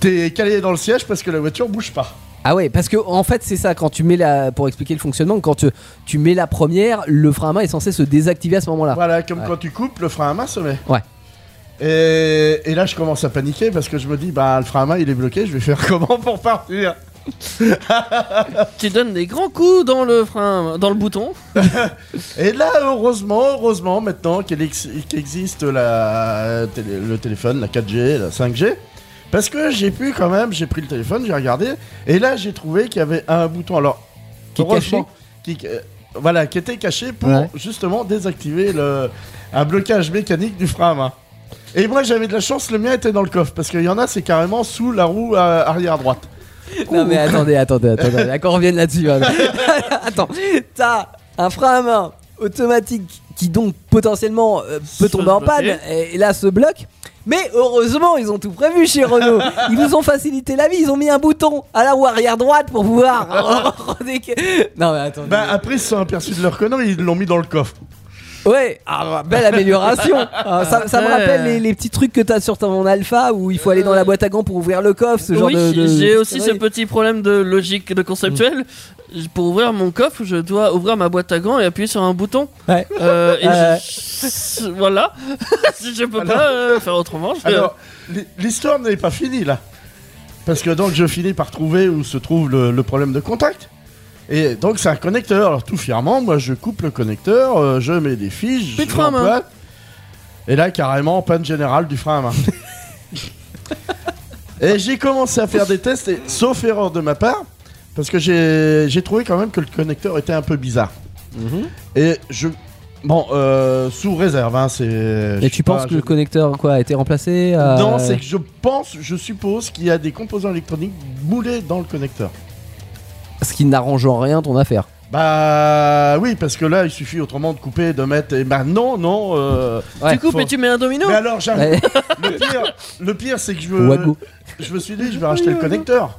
T'es calé dans le siège parce que la voiture bouge pas.
Ah ouais, parce que en fait c'est ça quand tu mets la pour expliquer le fonctionnement, quand tu, tu mets la première, le frein à main est censé se désactiver à ce moment-là.
Voilà, comme
Ouais.
quand tu coupes, le frein à main se met.
Ouais.
Et, et là, je commence à paniquer parce que je me dis, bah, le frein à main, il est bloqué, je vais faire [laughs] comment pour partir
Tu donnes des grands coups dans le frein, dans le bouton.
Et là, heureusement, heureusement, maintenant qu'il ex- qu'existe la télé- le téléphone, la 4G, la 5G, parce que j'ai pu quand même, j'ai pris le téléphone, j'ai regardé, et là, j'ai trouvé qu'il y avait un bouton. Alors,
Qui est
heureusement, qui, euh, voilà, qui était caché pour
Ouais.
justement désactiver le, un blocage mécanique du frein à main. Et moi, j'avais de la chance, le mien était dans le coffre, parce qu'il y en a, c'est carrément sous la roue euh, arrière droite.
Non mais attendez, attendez,
[laughs]
attendez. D'accord, on revienne là-dessus. hein. [laughs] Attends, t'as un frein à main automatique qui donc potentiellement euh, peut
Se
tomber en
bloquer.
panne et, et là se bloque. Mais heureusement, ils ont tout prévu chez Renault. Ils vous ont facilité la vie. Ils ont mis un bouton à la roue arrière droite pour pouvoir. [laughs] redéca- non mais attendez.
Bah, après, ils se sont aperçus de leur connerie, ils l'ont mis dans le coffre.
Ouais, ah, bah, belle amélioration. Ah, ça, ça me rappelle les, les petits trucs que t'as sur ton Alpha où il faut aller dans la boîte à gants pour ouvrir le coffre, ce genre
oui,
de. de-
j'ai aussi ce
Oui.
petit problème de logique, de conceptuel.
Mm.
Je- Pour ouvrir mon coffre, je dois ouvrir ma boîte à gants et appuyer sur un bouton.
[laughs] Ouais.
Euh, et
Ah
je- [laughs] voilà. si je peux pas euh, faire autrement, je vais-
Alors, l'hi- l'histoire n'est pas finie là. Parce que donc je finis par trouver où se trouve le, le problème de contact. Et donc c'est un connecteur. Alors tout fièrement, moi je coupe le connecteur, euh, je mets des fiches,
Plus de
je
frein à main.
l'empoigne. Et là carrément panne générale du frein à main.
[laughs]
et j'ai commencé à faire des tests, et, sauf erreur de ma part, parce que j'ai j'ai trouvé quand même que le connecteur était un peu bizarre.
Mhm.
Et je... Bon, euh, sous réserve, hein, c'est... je
Et
suis
tu penses
pas-
que
je-
le connecteur quoi a été remplacé euh,
non, c'est que je pense, je suppose qu'il y a des composants électroniques moulés dans le connecteur.
ce qui n'arrange en rien ton
[laughs]
affaire.
Bah oui, parce que là, il suffit autrement de couper, de mettre. Et bah non, non. euh,
Ouais,
tu coupes
faut-
et tu mets un domino.
Mais alors, j'avoue,
Ouais.
le pire, le pire, c'est que je,
Wagou.
je me suis dit, je vais racheter le connecteur.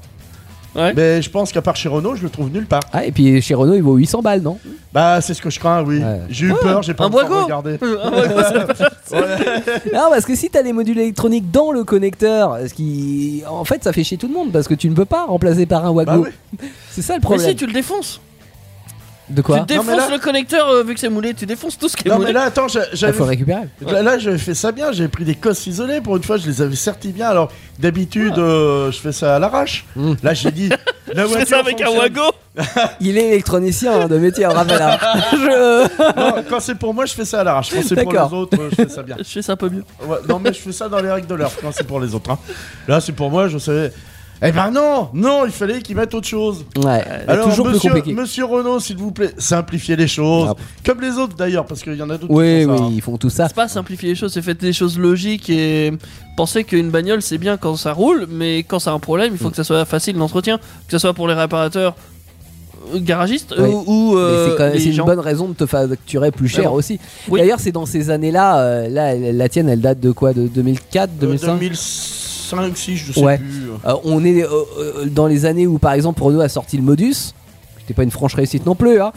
Ouais.
Mais je pense qu'à part chez Renault, je le trouve nulle part.
Ah et puis chez Renault il vaut 800 balles non
Bah c'est ce que je crains, oui.
Ouais.
J'ai eu peur, j'ai pas
un
encore
Wago.
regardé.
Ah ouais, ouais, ça-
Non parce que si t'as les modules électroniques dans le connecteur, ce qui en fait ça fait chier tout le monde parce que tu ne peux pas remplacer par un
Bah
Wago.
oui.
C'est ça le
Mais
problème.
si, tu le défonces.
De quoi
tu
Non, mais
défonces
là-
le connecteur euh, vu que c'est moulé. Tu défonces tout ce qui est
Non
moulé.
mais là, attends, j'a-
Il
j'avais
Ah, faut récupérer.
Là, là, j'avais fait ça bien, j'avais pris des cosses isolées pour une fois, je les avais sertis bien. Alors, d'habitude,
Ah.
euh, je fais ça à l'arrache.
Mm.
Là,
[laughs]
j'ai dit. La
je fais
voiture
ça avec un
fonctionne.
wago.
Il est électronicien hein, de métier, on rappelle.
[laughs]
hein. Je-
Non, quand c'est pour moi, je fais ça à l'arrache. Quand c'est pour les
D'accord.
autres, euh, je fais
[laughs]
ça bien.
Je fais ça un peu mieux.
Ouais, non, mais je fais ça dans les règles de l'art quand c'est pour les autres. hein. Là, c'est pour moi, je savais. Eh ben non, non, il fallait qu'ils mettent autre chose.
Ouais,
Alors,
toujours plus
monsieur,
compliqué.
monsieur Renault, s'il vous plaît, simplifiez les choses.
Ah.
Comme les autres d'ailleurs, parce qu'il y en a d'autres
Oui,
qui font
oui,
ça, hein.
ils font tout ça.
C'est pas simplifier les choses, c'est faire des choses logiques et penser qu'une bagnole c'est bien quand ça roule, mais quand ça a un problème, il faut que ça soit facile d'entretien, que ce soit pour les réparateurs euh, garagistes
Oui.
ou, ou,
Mais
euh,
c'est quand même-
les
c'est une
gens.
bonne raison de te facturer plus cher
Alors,
aussi.
oui.
D'ailleurs, c'est dans ces années-là, euh, là, la tienne, elle date de quoi De 2004,
Euh,
2005
2005, 6, je sais
Ouais.
plus.
Euh, on est euh, euh, dans les années où, par exemple, Renault a sorti le modus. C'était pas une franche réussite non plus. hein.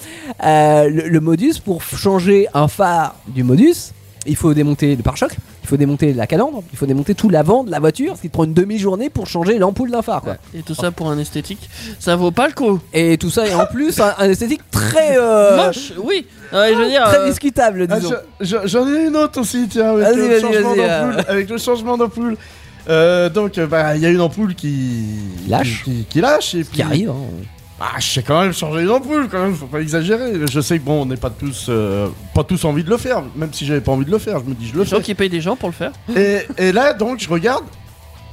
Euh, le, le modus, pour f- changer un phare du modus, il faut démonter le pare-choc, il faut démonter la calandre, il faut démonter tout l'avant de la voiture, ce qui te prend une demi-journée pour changer l'ampoule d'un phare. Quoi.
Et tout ça pour un esthétique, ça vaut pas le coup.
Et tout ça, et en plus, un, un esthétique très, euh,
Moche, oui. Ouais, je veux dire,
très
euh,
discutable,
Ah,
disons.
je- je- J'en ai une autre aussi, tiens, avec,
Vas-y,
le,
vas-y,
changement
vas-y, euh.
d'ampoule, avec le changement d'ampoule. Euh, donc, euh, bah, il y a une ampoule qui
Lâche.
qui, qui lâche et puis.
Qui arrive. hein.
Ah, je sais quand même changer une ampoule, quand même. Faut pas exagérer. Je sais que bon, on n'est pas tous, euh, pas tous envie de le faire. Même si j'avais pas envie de le faire, je me dis, je le
les gens
fais.
qui payent des gens pour le faire.
Et, et là, donc, je regarde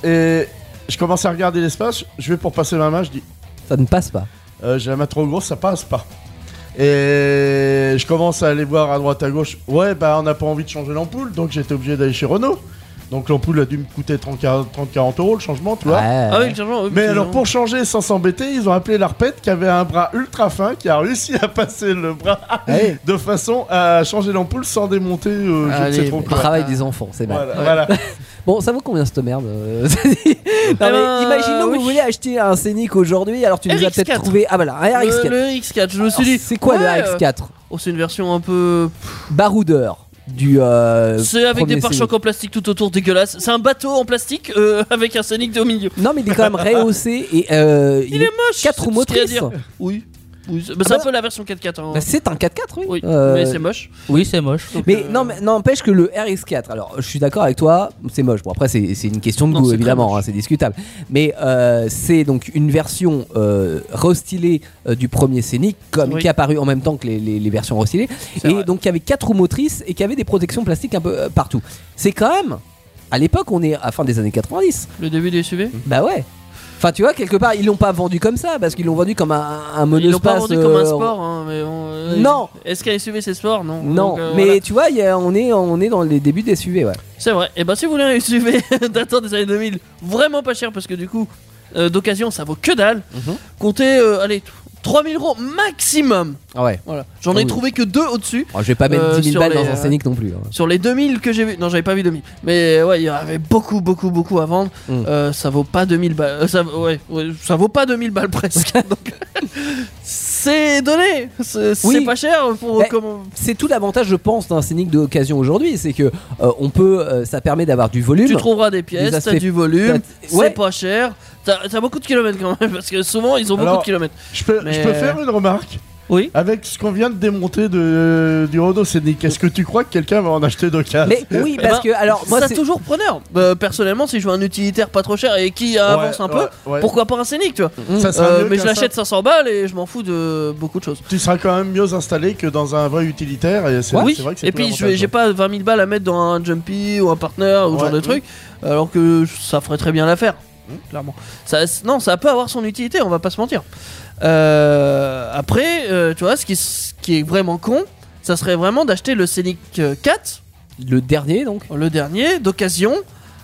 et je commence à regarder l'espace. Je vais pour passer ma main, je dis,
Ça ne passe pas.
euh, j'ai la main trop grosse, ça passe pas. Et je commence à aller voir à droite à gauche. Ouais, bah on n'a pas envie de changer l'ampoule, donc j'étais obligé d'aller chez Renault. Donc l'ampoule a dû me coûter 30-40 euros le changement, tu vois.
Ouais.
Ah oui, les gens, eux,
Mais
ils
alors
ont-
pour changer sans s'embêter, ils ont appelé l'Arpète qui avait un bras ultra fin qui a réussi à passer le bras
Allez.
[laughs] de façon à changer l'ampoule sans démonter euh, je ne sais
Allez,
trop
mais-
quoi.
Travail des enfants, c'est mal.
Voilà, voilà.
Bon, ça vaut combien cette merde euh, [laughs] non, mais
ben,
Imaginons que
oui.
vous voulez acheter un Scénic aujourd'hui, alors tu nous as
RX4.
peut-être trouvé. Ah voilà, un
Le,
RX4.
Euh, le X4, je me suis
Alors,
dit.
c'est quoi
ouais,
le
euh,
RX4
oh, C'est une version un peu.
Baroudeur du. euh,
C'est avec
premier
des pare-chocs en plastique tout autour dégueulasse. C'est un bateau en plastique euh, [laughs] avec un Sonic au milieu.
Scénic. Non, mais il est quand même rehaussé et. euh,
Il est moche.
Quatre
c'est
roues
tout ce qu'il y a à
motrices.
dire. Oui. Oui, c'est bah, c'est
Ah
un
bah-
peu la version 4x4. hein.
Bah, c'est un 4x4, oui.
Oui,
Euh,
mais c'est moche.
Oui, c'est moche.
Donc,
Mais
euh,
non, mais n'empêche que le RX4, alors je suis d'accord avec toi, c'est moche. Bon, après, c'est c'est une question de
Non,
goût,
c'est très
évidemment,
moche.
hein, c'est discutable. Mais euh, c'est donc une version euh, restylée euh, du premier Scénic, comme
Oui.
qui est apparue en même temps que les, les- les versions restylées,
C'est
et
vrai.
donc qui avait quatre roues motrices et qui avait des protections plastiques un peu euh, partout. C'est quand même, à l'époque, on est à fin des années 90.
Le début des SUV
Bah ouais. Enfin, tu vois, quelque part, ils l'ont pas vendu comme ça, parce qu'ils l'ont vendu comme un, un
Ils
monospace.
l'ont pas vendu comme un
euh,
sport. hein, mais bon, euh,
Non.
Est-ce qu'un SUV c'est sport Non.
Non,
Donc, euh,
mais
voilà.
tu vois, il y a- on, est, on est dans les débuts des SUV, ouais.
C'est vrai. Et ben si vous voulez un SUV [laughs] datant des années 2000, vraiment pas cher parce que du coup, euh, d'occasion ça vaut que dalle.
Mhm.
Comptez, euh, allez, 3000 euros maximum.
Ah ouais.
Voilà. J'en
Ah
ai
oui.
trouvé que deux au-dessus.
Oh, je vais pas mettre
Euh,
10 000
sur
balles
les,
dans un
euh,
scénic non plus. hein.
Sur les 2000 que j'ai vu, non, j'avais pas vu 2000, mais ouais, il y en avait beaucoup, beaucoup, beaucoup à vendre.
Mm.
Euh, ça vaut pas 2000 balles, Euh, ça, ouais, ouais, ça vaut pas 2000
[laughs]
balles presque. Donc, c'est donné, c'est c'est
Oui.
pas cher pour
Mais-
comment-
C'est tout l'avantage, je pense, d'un scénic d'occasion aujourd'hui, c'est que euh, on peut, euh, ça permet d'avoir du volume.
Tu trouveras des pièces,
Des
t'as
aspects-
du volume,
t'as-
c'est
ouais.
pas cher, t'as t'as beaucoup de kilomètres quand même, parce que souvent ils ont beaucoup
Alors-
de kilomètres.
Je peux, je
Mais-
peux faire une remarque
Oui.
Avec ce qu'on vient de démonter de, du Renault Scénic, est-ce que tu crois que quelqu'un va en acheter d'occasion
Mais oui,
Eh
parce
ben,
que alors moi
ça
c'est
toujours preneur. Euh, personnellement, si je veux un utilitaire pas trop cher et qui avance un peu,
peu
pourquoi pas un scénic, tu vois
Ça sera
Euh,
mieux
Mais
qu'un
je l'achète 500 balles et je m'en fous de beaucoup de choses.
Tu seras quand même mieux installé que dans un vrai utilitaire. Et c'est,
oui,
c'est vrai que c'est
et
plus
puis je-
avantageux.
j'ai pas 20 000 balles à mettre dans un Jumpy ou un partner ou ce genre
Ouais,
de
oui.
truc, alors que ça ferait très bien l'affaire, clairement. Ça, non, ça peut avoir son utilité, on va pas se mentir. Euh, après, euh, tu vois, ce qui, s- qui est vraiment con, ça serait vraiment d'acheter le Scenic euh, 4,
le dernier donc.
le dernier, d'occasion,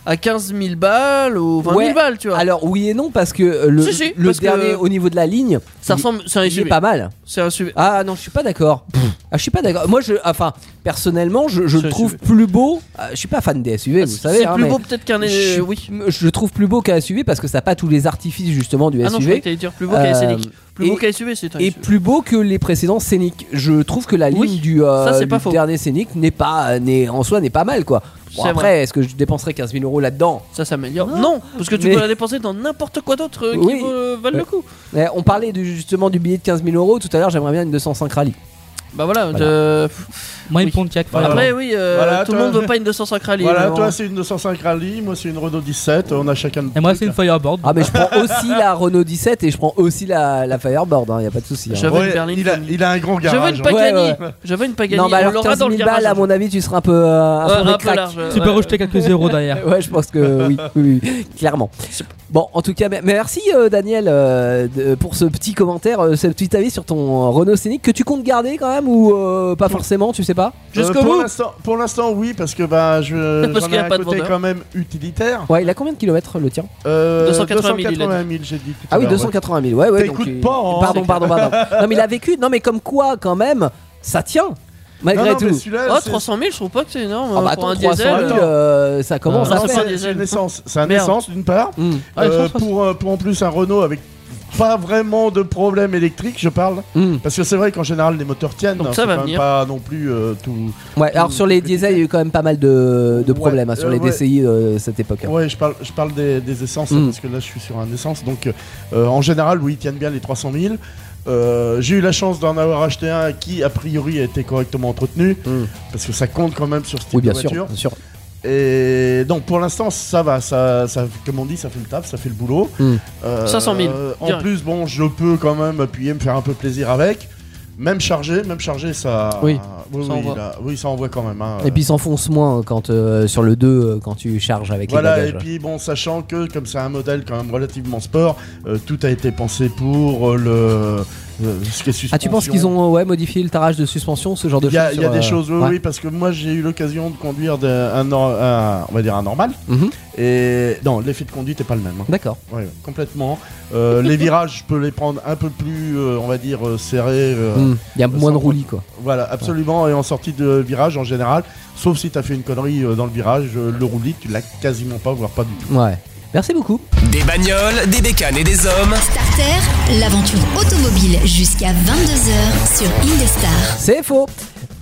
à 15 000 balles ou 20
Ouais,
000 balles, tu vois.
Alors oui et non parce que euh, le,
Si, si,
le
parce que- Ah,
dernier au niveau de la ligne,
ça
il-
ressemble, c'est un
il est
SUV.
pas mal.
C'est un SUV.
Ah non, je suis pas d'accord. Ah, je suis pas d'accord. Moi, je, enfin, personnellement, je, je
C'est
le trouve
SUV.
plus beau. Ah, je suis pas fan des SUV, vous savez.
c'est
hein,
plus
mais
beau peut-être qu'un.
je,
euh,
suis-
oui.
je le trouve plus beau qu'un SUV parce que ça a pas tous les artifices justement du
Ah non, je croyais
SUV.
que t'allais dire plus beau qu'un
Euh,
Scenic. Plus beau
et-
qu'un SUV, c'est un
et
SUV.
plus beau que les précédents scéniques. Je trouve que la ligne
Ah, Oui,
du, euh,
ça, c'est
du
pas faux.
dernier scénic n'est pas n'est en soi n'est pas mal quoi. Bon,
C'est
après,
vrai.
est-ce que je dépenserais 15 000 euros là-dedans
Ça s'améliore.
Non.
Non, parce que tu
Mais-
peux la dépenser dans n'importe quoi d'autre euh, qui
Oui.
vaut- valent
Euh.
le coup.
Eh, On parlait du- justement du billet de 15 000 euros tout à l'heure. J'aimerais bien une 205 rallye.
Bah voilà.
Voilà.
je- pff.
Moi, il me
Oui.
prend de cac.
Voilà.
Après, oui, euh,
Voilà,
tout le
toi-
monde veut pas une 205 rallye.
Voilà,
mais
toi
bon.
c'est une 205 Rally, moi c'est une Renault 17, on a chacun.
Et moi, c'est une Fireboard.
Ah mais je
[laughs]
prends aussi la Renault 17 et je prends aussi la, la Fireboard. Il y a pas de souci. hein.
Je- J'avais une berline
il, a,
Pagani.
il a un grand
Je veux
garage.
une
hein.
Pagani.
Ouais,
Je veux une Pagani.
non, mais
on
alors
l'aura
15
dans
000
le garage.
balles, à mon avis, tu seras un peu euh, un
Ouais,
peu
un peu
récrac.
large.
Tu peux
ouais.
rejeter quelques
[laughs]
zéros derrière.
[laughs] Ouais, je pense que oui, oui, oui, clairement. Bon, en tout cas, mais- mais merci euh, Daniel euh, de- pour ce petit commentaire, euh, ce petit avis sur ton Renault Scénic que tu comptes garder quand même ou euh, pas forcément, tu sais pas
Euh,
Jusqu'au
pour
bout.
l'instant- Pour l'instant, oui, parce que bah, je,
[laughs] Parce
j'en
qu'il y
ai
a
un
pas de
côté
vendeur.
quand même utilitaire.
Ouais, il a combien de kilomètres le tien
Euh,
280 000, il a dit.
280 000, j'ai dit. tout à
Ah oui,
l'heure, ouais.
280 000. Ouais, ouais.
T'écoutes
il-
pas, hein.
Pardon, pardon, pardon. [laughs] non, mais il a vécu. Non, mais comme quoi, quand même, ça tient
Non,
malgré
non, mais
tout.
celui-là,
Oh,
c'est-
300 000, je trouve pas que c'est énorme.
Ah bah
euh,
attends,
pour un
300 000,
diesel.
euh, ça commence
Non,
à
ça,
faire.
un
c'est
diesel.
une essence, c'est un
Merde.
essence d'une part.
Hum,
Ah,
Euh,
160.
pour, euh, pour en plus un Renault avec pas vraiment de problème électrique, je parle.
hum.
Parce que c'est vrai qu'en général, les moteurs tiennent.
Donc
hein,
ça
c'est
va
quand même
venir.
pas non plus euh, tout.
Ouais, alors sur les diesels, il y a eu quand même pas mal de, de
Ouais,
problèmes hein, sur
euh,
les
ouais.
DCI euh, cette époque. hein.
Ouais, je parle, je parle des, des essences, hein,
Mm.
parce que là, je suis sur un essence. Donc, euh, en général, oui, ils tiennent bien les 300 000. Euh, J'ai eu la chance d'en avoir acheté un qui, a priori, a été correctement entretenu.
Mm.
Parce que ça compte quand même sur ce type
Oui, bien
de
sûr,
voiture.
bien sûr.
Et donc, pour l'instant, ça va. Ça, ça, comme on dit, ça fait le taf, ça fait le boulot.
Mm.
Euh,
500 000,
En
direct.
plus, bon, je peux quand même appuyer, me faire un peu plaisir avec. Même chargé, même chargé, ça.
Oui,
oui,
ça
oui,
envoie. Eh
là- oui, ça envoie quand même. hein.
Et puis il s'enfonce moins quand euh, sur le 2 euh, quand tu charges avec
Voilà,
les
et
bagages.
puis bon, sachant que comme c'est un modèle quand même relativement sport, euh, tout a été pensé pour euh, le. euh, ce qui est
Ah, tu penses
suspension.
qu'ils ont euh, ouais, modifié le tarage de suspension, ce genre de
Il
choses
y a, il y
sur,
a des
euh,
choses, oui,
ouais.
oui, parce que moi j'ai eu l'occasion de conduire d'un- un, nor- un- on va dire un normal,
Mhm.
et non, l'effet de conduite est pas le même, hein.
D'accord.
Ouais, complètement.
[laughs]
Euh, les virages, je peux les prendre un peu plus, euh, on va dire euh, serrés, euh,
Hmm. Il y a moins de
sans-
roulis quoi.
voilà, absolument, et en sortie de virage en général, sauf si t'as fait une connerie euh, dans le virage, euh, le roulis tu l'as quasiment pas, voire pas du tout.
Ouais. Merci beaucoup.
Des bagnoles, des bécanes et des hommes.
Starter, l'aventure automobile jusqu'à 22h sur Indestar.
C'est faux.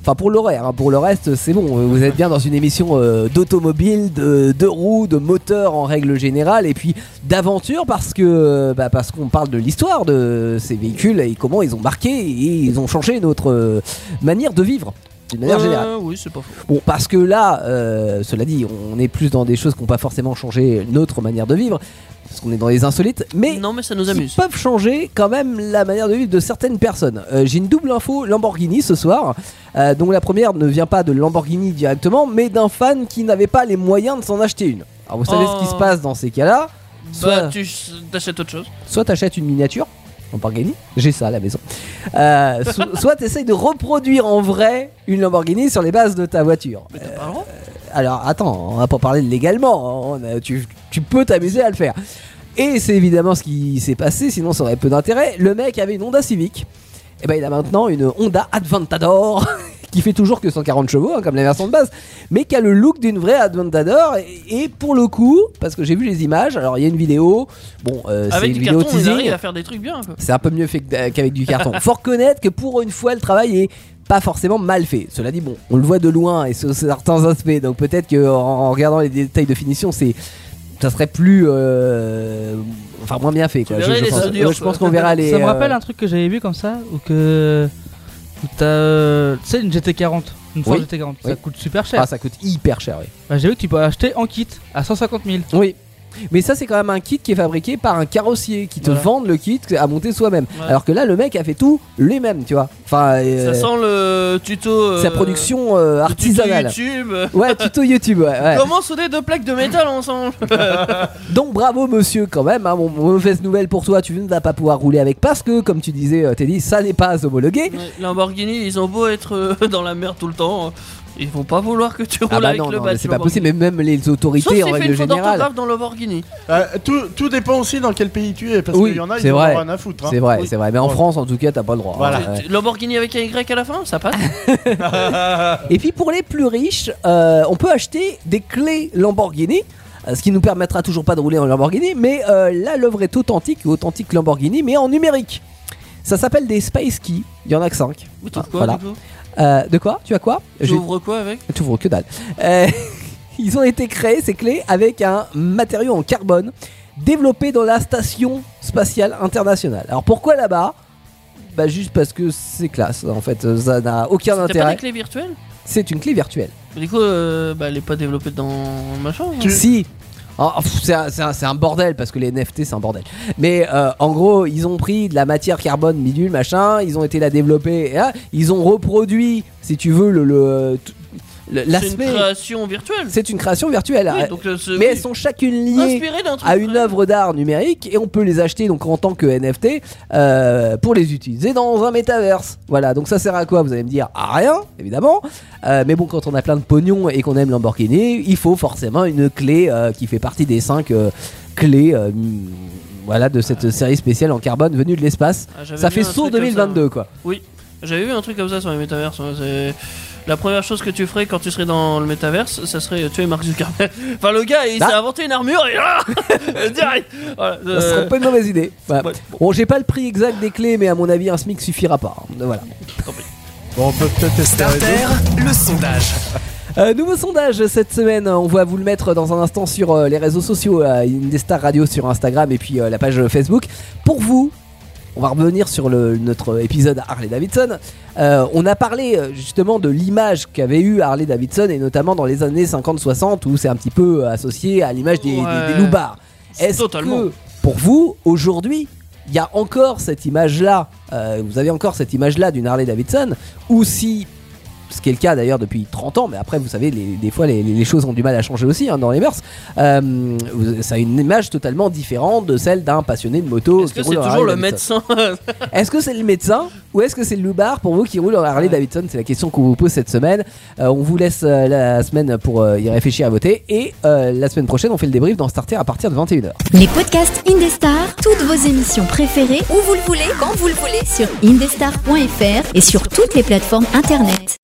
Enfin, pour l'horaire, hein. pour le reste, c'est bon. Vous êtes bien dans une émission euh, d'automobile, de, de roues, de moteur en règle générale, et puis d'aventure parce que euh, bah, parce qu'on parle de l'histoire de ces véhicules et comment ils ont marqué et ils ont changé notre euh, manière de vivre d'une manière générale.
Euh, oui, c'est pas faux.
Bon, parce que là, euh, cela dit, on est plus dans des choses qui n'ont pas forcément changé notre manière de vivre, parce qu'on est dans les insolites, mais
Non, mais ça nous
qui
amuse.
peuvent changer quand même la manière de vivre de certaines personnes. Euh, J'ai une double info Lamborghini ce soir, euh, dont la première ne vient pas de Lamborghini directement, mais d'un fan qui n'avait pas les moyens de s'en acheter une. Alors vous savez
Oh.
ce qui se passe dans ces cas-là
Bah, tu s- t'achètes autre chose.
soit t'achètes une miniature Lamborghini, j'ai ça à la maison. Euh, so- [laughs] soit t'essayes de reproduire en vrai une Lamborghini sur les bases de ta voiture. Euh,
Bah,
alors attends, on va pas parler de légalement. hein, on a- tu, tu peux t'amuser à le faire. Et c'est évidemment ce qui s'est passé, sinon ça aurait peu d'intérêt. Le mec avait une Honda Civic. Et ben il a maintenant une Honda Adventador [laughs] qui fait toujours que 140 chevaux, hein, comme la version de base, mais qui a le look d'une vraie Adventador. Et, et pour le coup, parce que j'ai vu les images, alors il y a une vidéo. Bon, euh, c'est
Avec
une
du
vidéo
carton, on
teasing.
arrive à faire des trucs bien un peu.
C'est un peu mieux fait que- euh, qu'avec du
[laughs]
carton. Faut reconnaître que pour une fois, le travail est pas forcément mal fait. Cela dit, bon, on le voit de loin et sur certains aspects, donc peut-être que en- en regardant les détails de finition, c'est ça serait plus, euh, enfin moins bien fait. Quoi.
verrais les
pense,
soudures,
ouais, je pense
quoi.
qu'on verra les.
Ça me rappelle
euh,
un truc que j'avais vu comme ça, ou que. où t'as. euh, Tu sais, une GT40, une Ford
Oui.
GT40,
Oui.
ça coûte super cher.
Ah, ça coûte hyper cher, oui.
Bah, j'ai vu que tu peux acheter en kit à 150 000.
Oui. Mais ça, c'est quand même un kit qui est fabriqué par un carrossier qui te
Voilà.
vend le kit à monter soi-même.
Ouais.
Alors que là, le mec a fait tout lui-même, tu vois. Enfin, euh,
Ça sent le tuto. euh,
sa production euh,
le tuto
artisanale.
YouTube. euh,
Ouais, tuto YouTube, ouais. ouais.
[laughs] Comment souder deux plaques de métal ensemble
Donc bravo monsieur quand même, hein, mon- mauvaise nouvelle pour toi, tu ne vas pas pouvoir rouler avec parce que comme tu disais euh, Teddy, ça n'est pas homologué.
Ouais, Lamborghini, ils ont beau être euh, dans la mer tout le temps, euh, ils vont pas vouloir que tu roules
Ah bah
avec
non,
le hein.
non, mais
badge
c'est pas
Lamborghini.
possible, mais même les
Sauf
autorités
s'il
en
fait
règle
une faute
générale.
d'orthographe dans Lamborghini.
Euh, tout, tout dépend aussi dans quel pays tu es, parce
Oui,
qu'il y en a, ils
c'est
en ont
vrai.
rien à foutre. hein.
C'est vrai,
Oui.
c'est vrai, mais en
Ouais.
France en tout cas t'as pas le droit.
Voilà.
hein, ouais.
Tu- Lamborghini avec un Y à la fin, ça passe
Ah. Et puis pour les plus riches, euh, on peut acheter des clés Lamborghini. euh, Ce qui nous permettra toujours pas de rouler en Lamborghini, mais euh, là l'œuvre est authentique, authentique Lamborghini, mais en numérique. Ça s'appelle des Space Keys, il y en a que 5.
Ou t'ouvres
Ah,
quoi
voilà.
du coup
Euh, de quoi Tu as quoi
Tu
J'ai-
ouvres quoi avec
Tu ouvres que dalle. Euh, [laughs] ils ont été créés, ces clés, avec un matériau en carbone développé dans la station spatiale internationale. Alors pourquoi là-bas Bah juste parce que c'est classe, en fait, ça n'a aucun
T'as pas
intérêt.
des clés virtuelles
C'est une clé virtuelle.
Du coup, euh, bah, elle est pas développée dans le machin. hein.
Tu-
Si Ah, pff, c'est un, c'est un- c'est un bordel parce que les NFT c'est un bordel. Mais euh, en gros, ils ont pris de la matière carbone, bidule, machin, ils ont été la développer, et, ah, ils ont reproduit, si tu veux, le- le- tout- le-
C'est une
l'aspect.
création virtuelle.
C'est une création virtuelle.
Oui,
Ah,
donc, euh, ce-
mais
oui,
elles sont chacune liées
inspirées d'un truc.
à une
vrai.
œuvre d'art numérique et on peut les acheter donc en tant que NFT euh, pour les utiliser dans un métaverse. Voilà, donc ça sert à quoi Vous allez me dire à rien, évidemment. Euh, mais bon, quand on a plein de pognon et qu'on aime Lamborghini, il faut forcément une clé euh, qui fait partie des 5 clés. euh, mm, voilà, de cette série spéciale en carbone venue de l'espace.
Ah, j'avais
Ça
vu
fait
un
sourd
truc comme ça,
2022, quoi.
Oui, j'avais vu un truc comme ça sur les métaverses. hein, c'est- La première chose que tu ferais quand tu serais dans le métaverse, ça serait tuer Mark Zuckerberg. [laughs] enfin, le gars, il
Ah.
s'est inventé une armure et [laughs] ah direct. Voilà,
Ça
euh,
serait pas une mauvaise idée. Ouais.
Ouais,
Bon, j'ai pas le prix exact des clés, mais à mon avis, un SMIC suffira pas. Oh, hein. Voilà.
Bon, on peut peut-être espérer
Starter, le sondage.
Euh, nouveau sondage cette semaine, on va vous le mettre dans un instant sur euh, les réseaux sociaux, euh, Indestar Radio sur Instagram et puis euh, la page Facebook. Pour vous, on va revenir sur le- notre épisode Harley Davidson. Euh, on a parlé euh, justement de l'image qu'avait eu Harley Davidson et notamment dans les années 50-60 où c'est un petit peu euh, associé à l'image des, des-
Ouais.
des loupards. Est-ce
Totalement.
que pour vous, aujourd'hui, il y a encore cette image-là, euh, vous avez encore cette image-là d'une Harley Davidson, ou si, ce qui est le cas d'ailleurs depuis 30 ans, mais après vous savez, les- des fois les, les choses ont du mal à changer aussi hein, dans les mœurs, euh, vous- ça a une image totalement différente de celle d'un passionné de moto.
Est-ce que
qui
c'est
roule en
toujours
Harley
le
Davidson.
médecin [laughs]
Est-ce que c'est le médecin ou est-ce que c'est le loupard pour vous qui roule en Harley Davidson C'est la question qu'on vous pose cette semaine. Euh, on vous laisse euh, la semaine pour euh, y réfléchir à voter et euh, la semaine prochaine on fait le débrief dans Starter à partir de 21h.
Les podcasts Indestar, toutes vos émissions préférées, où vous le voulez, quand vous le voulez, sur indestar.fr et sur toutes les plateformes internet.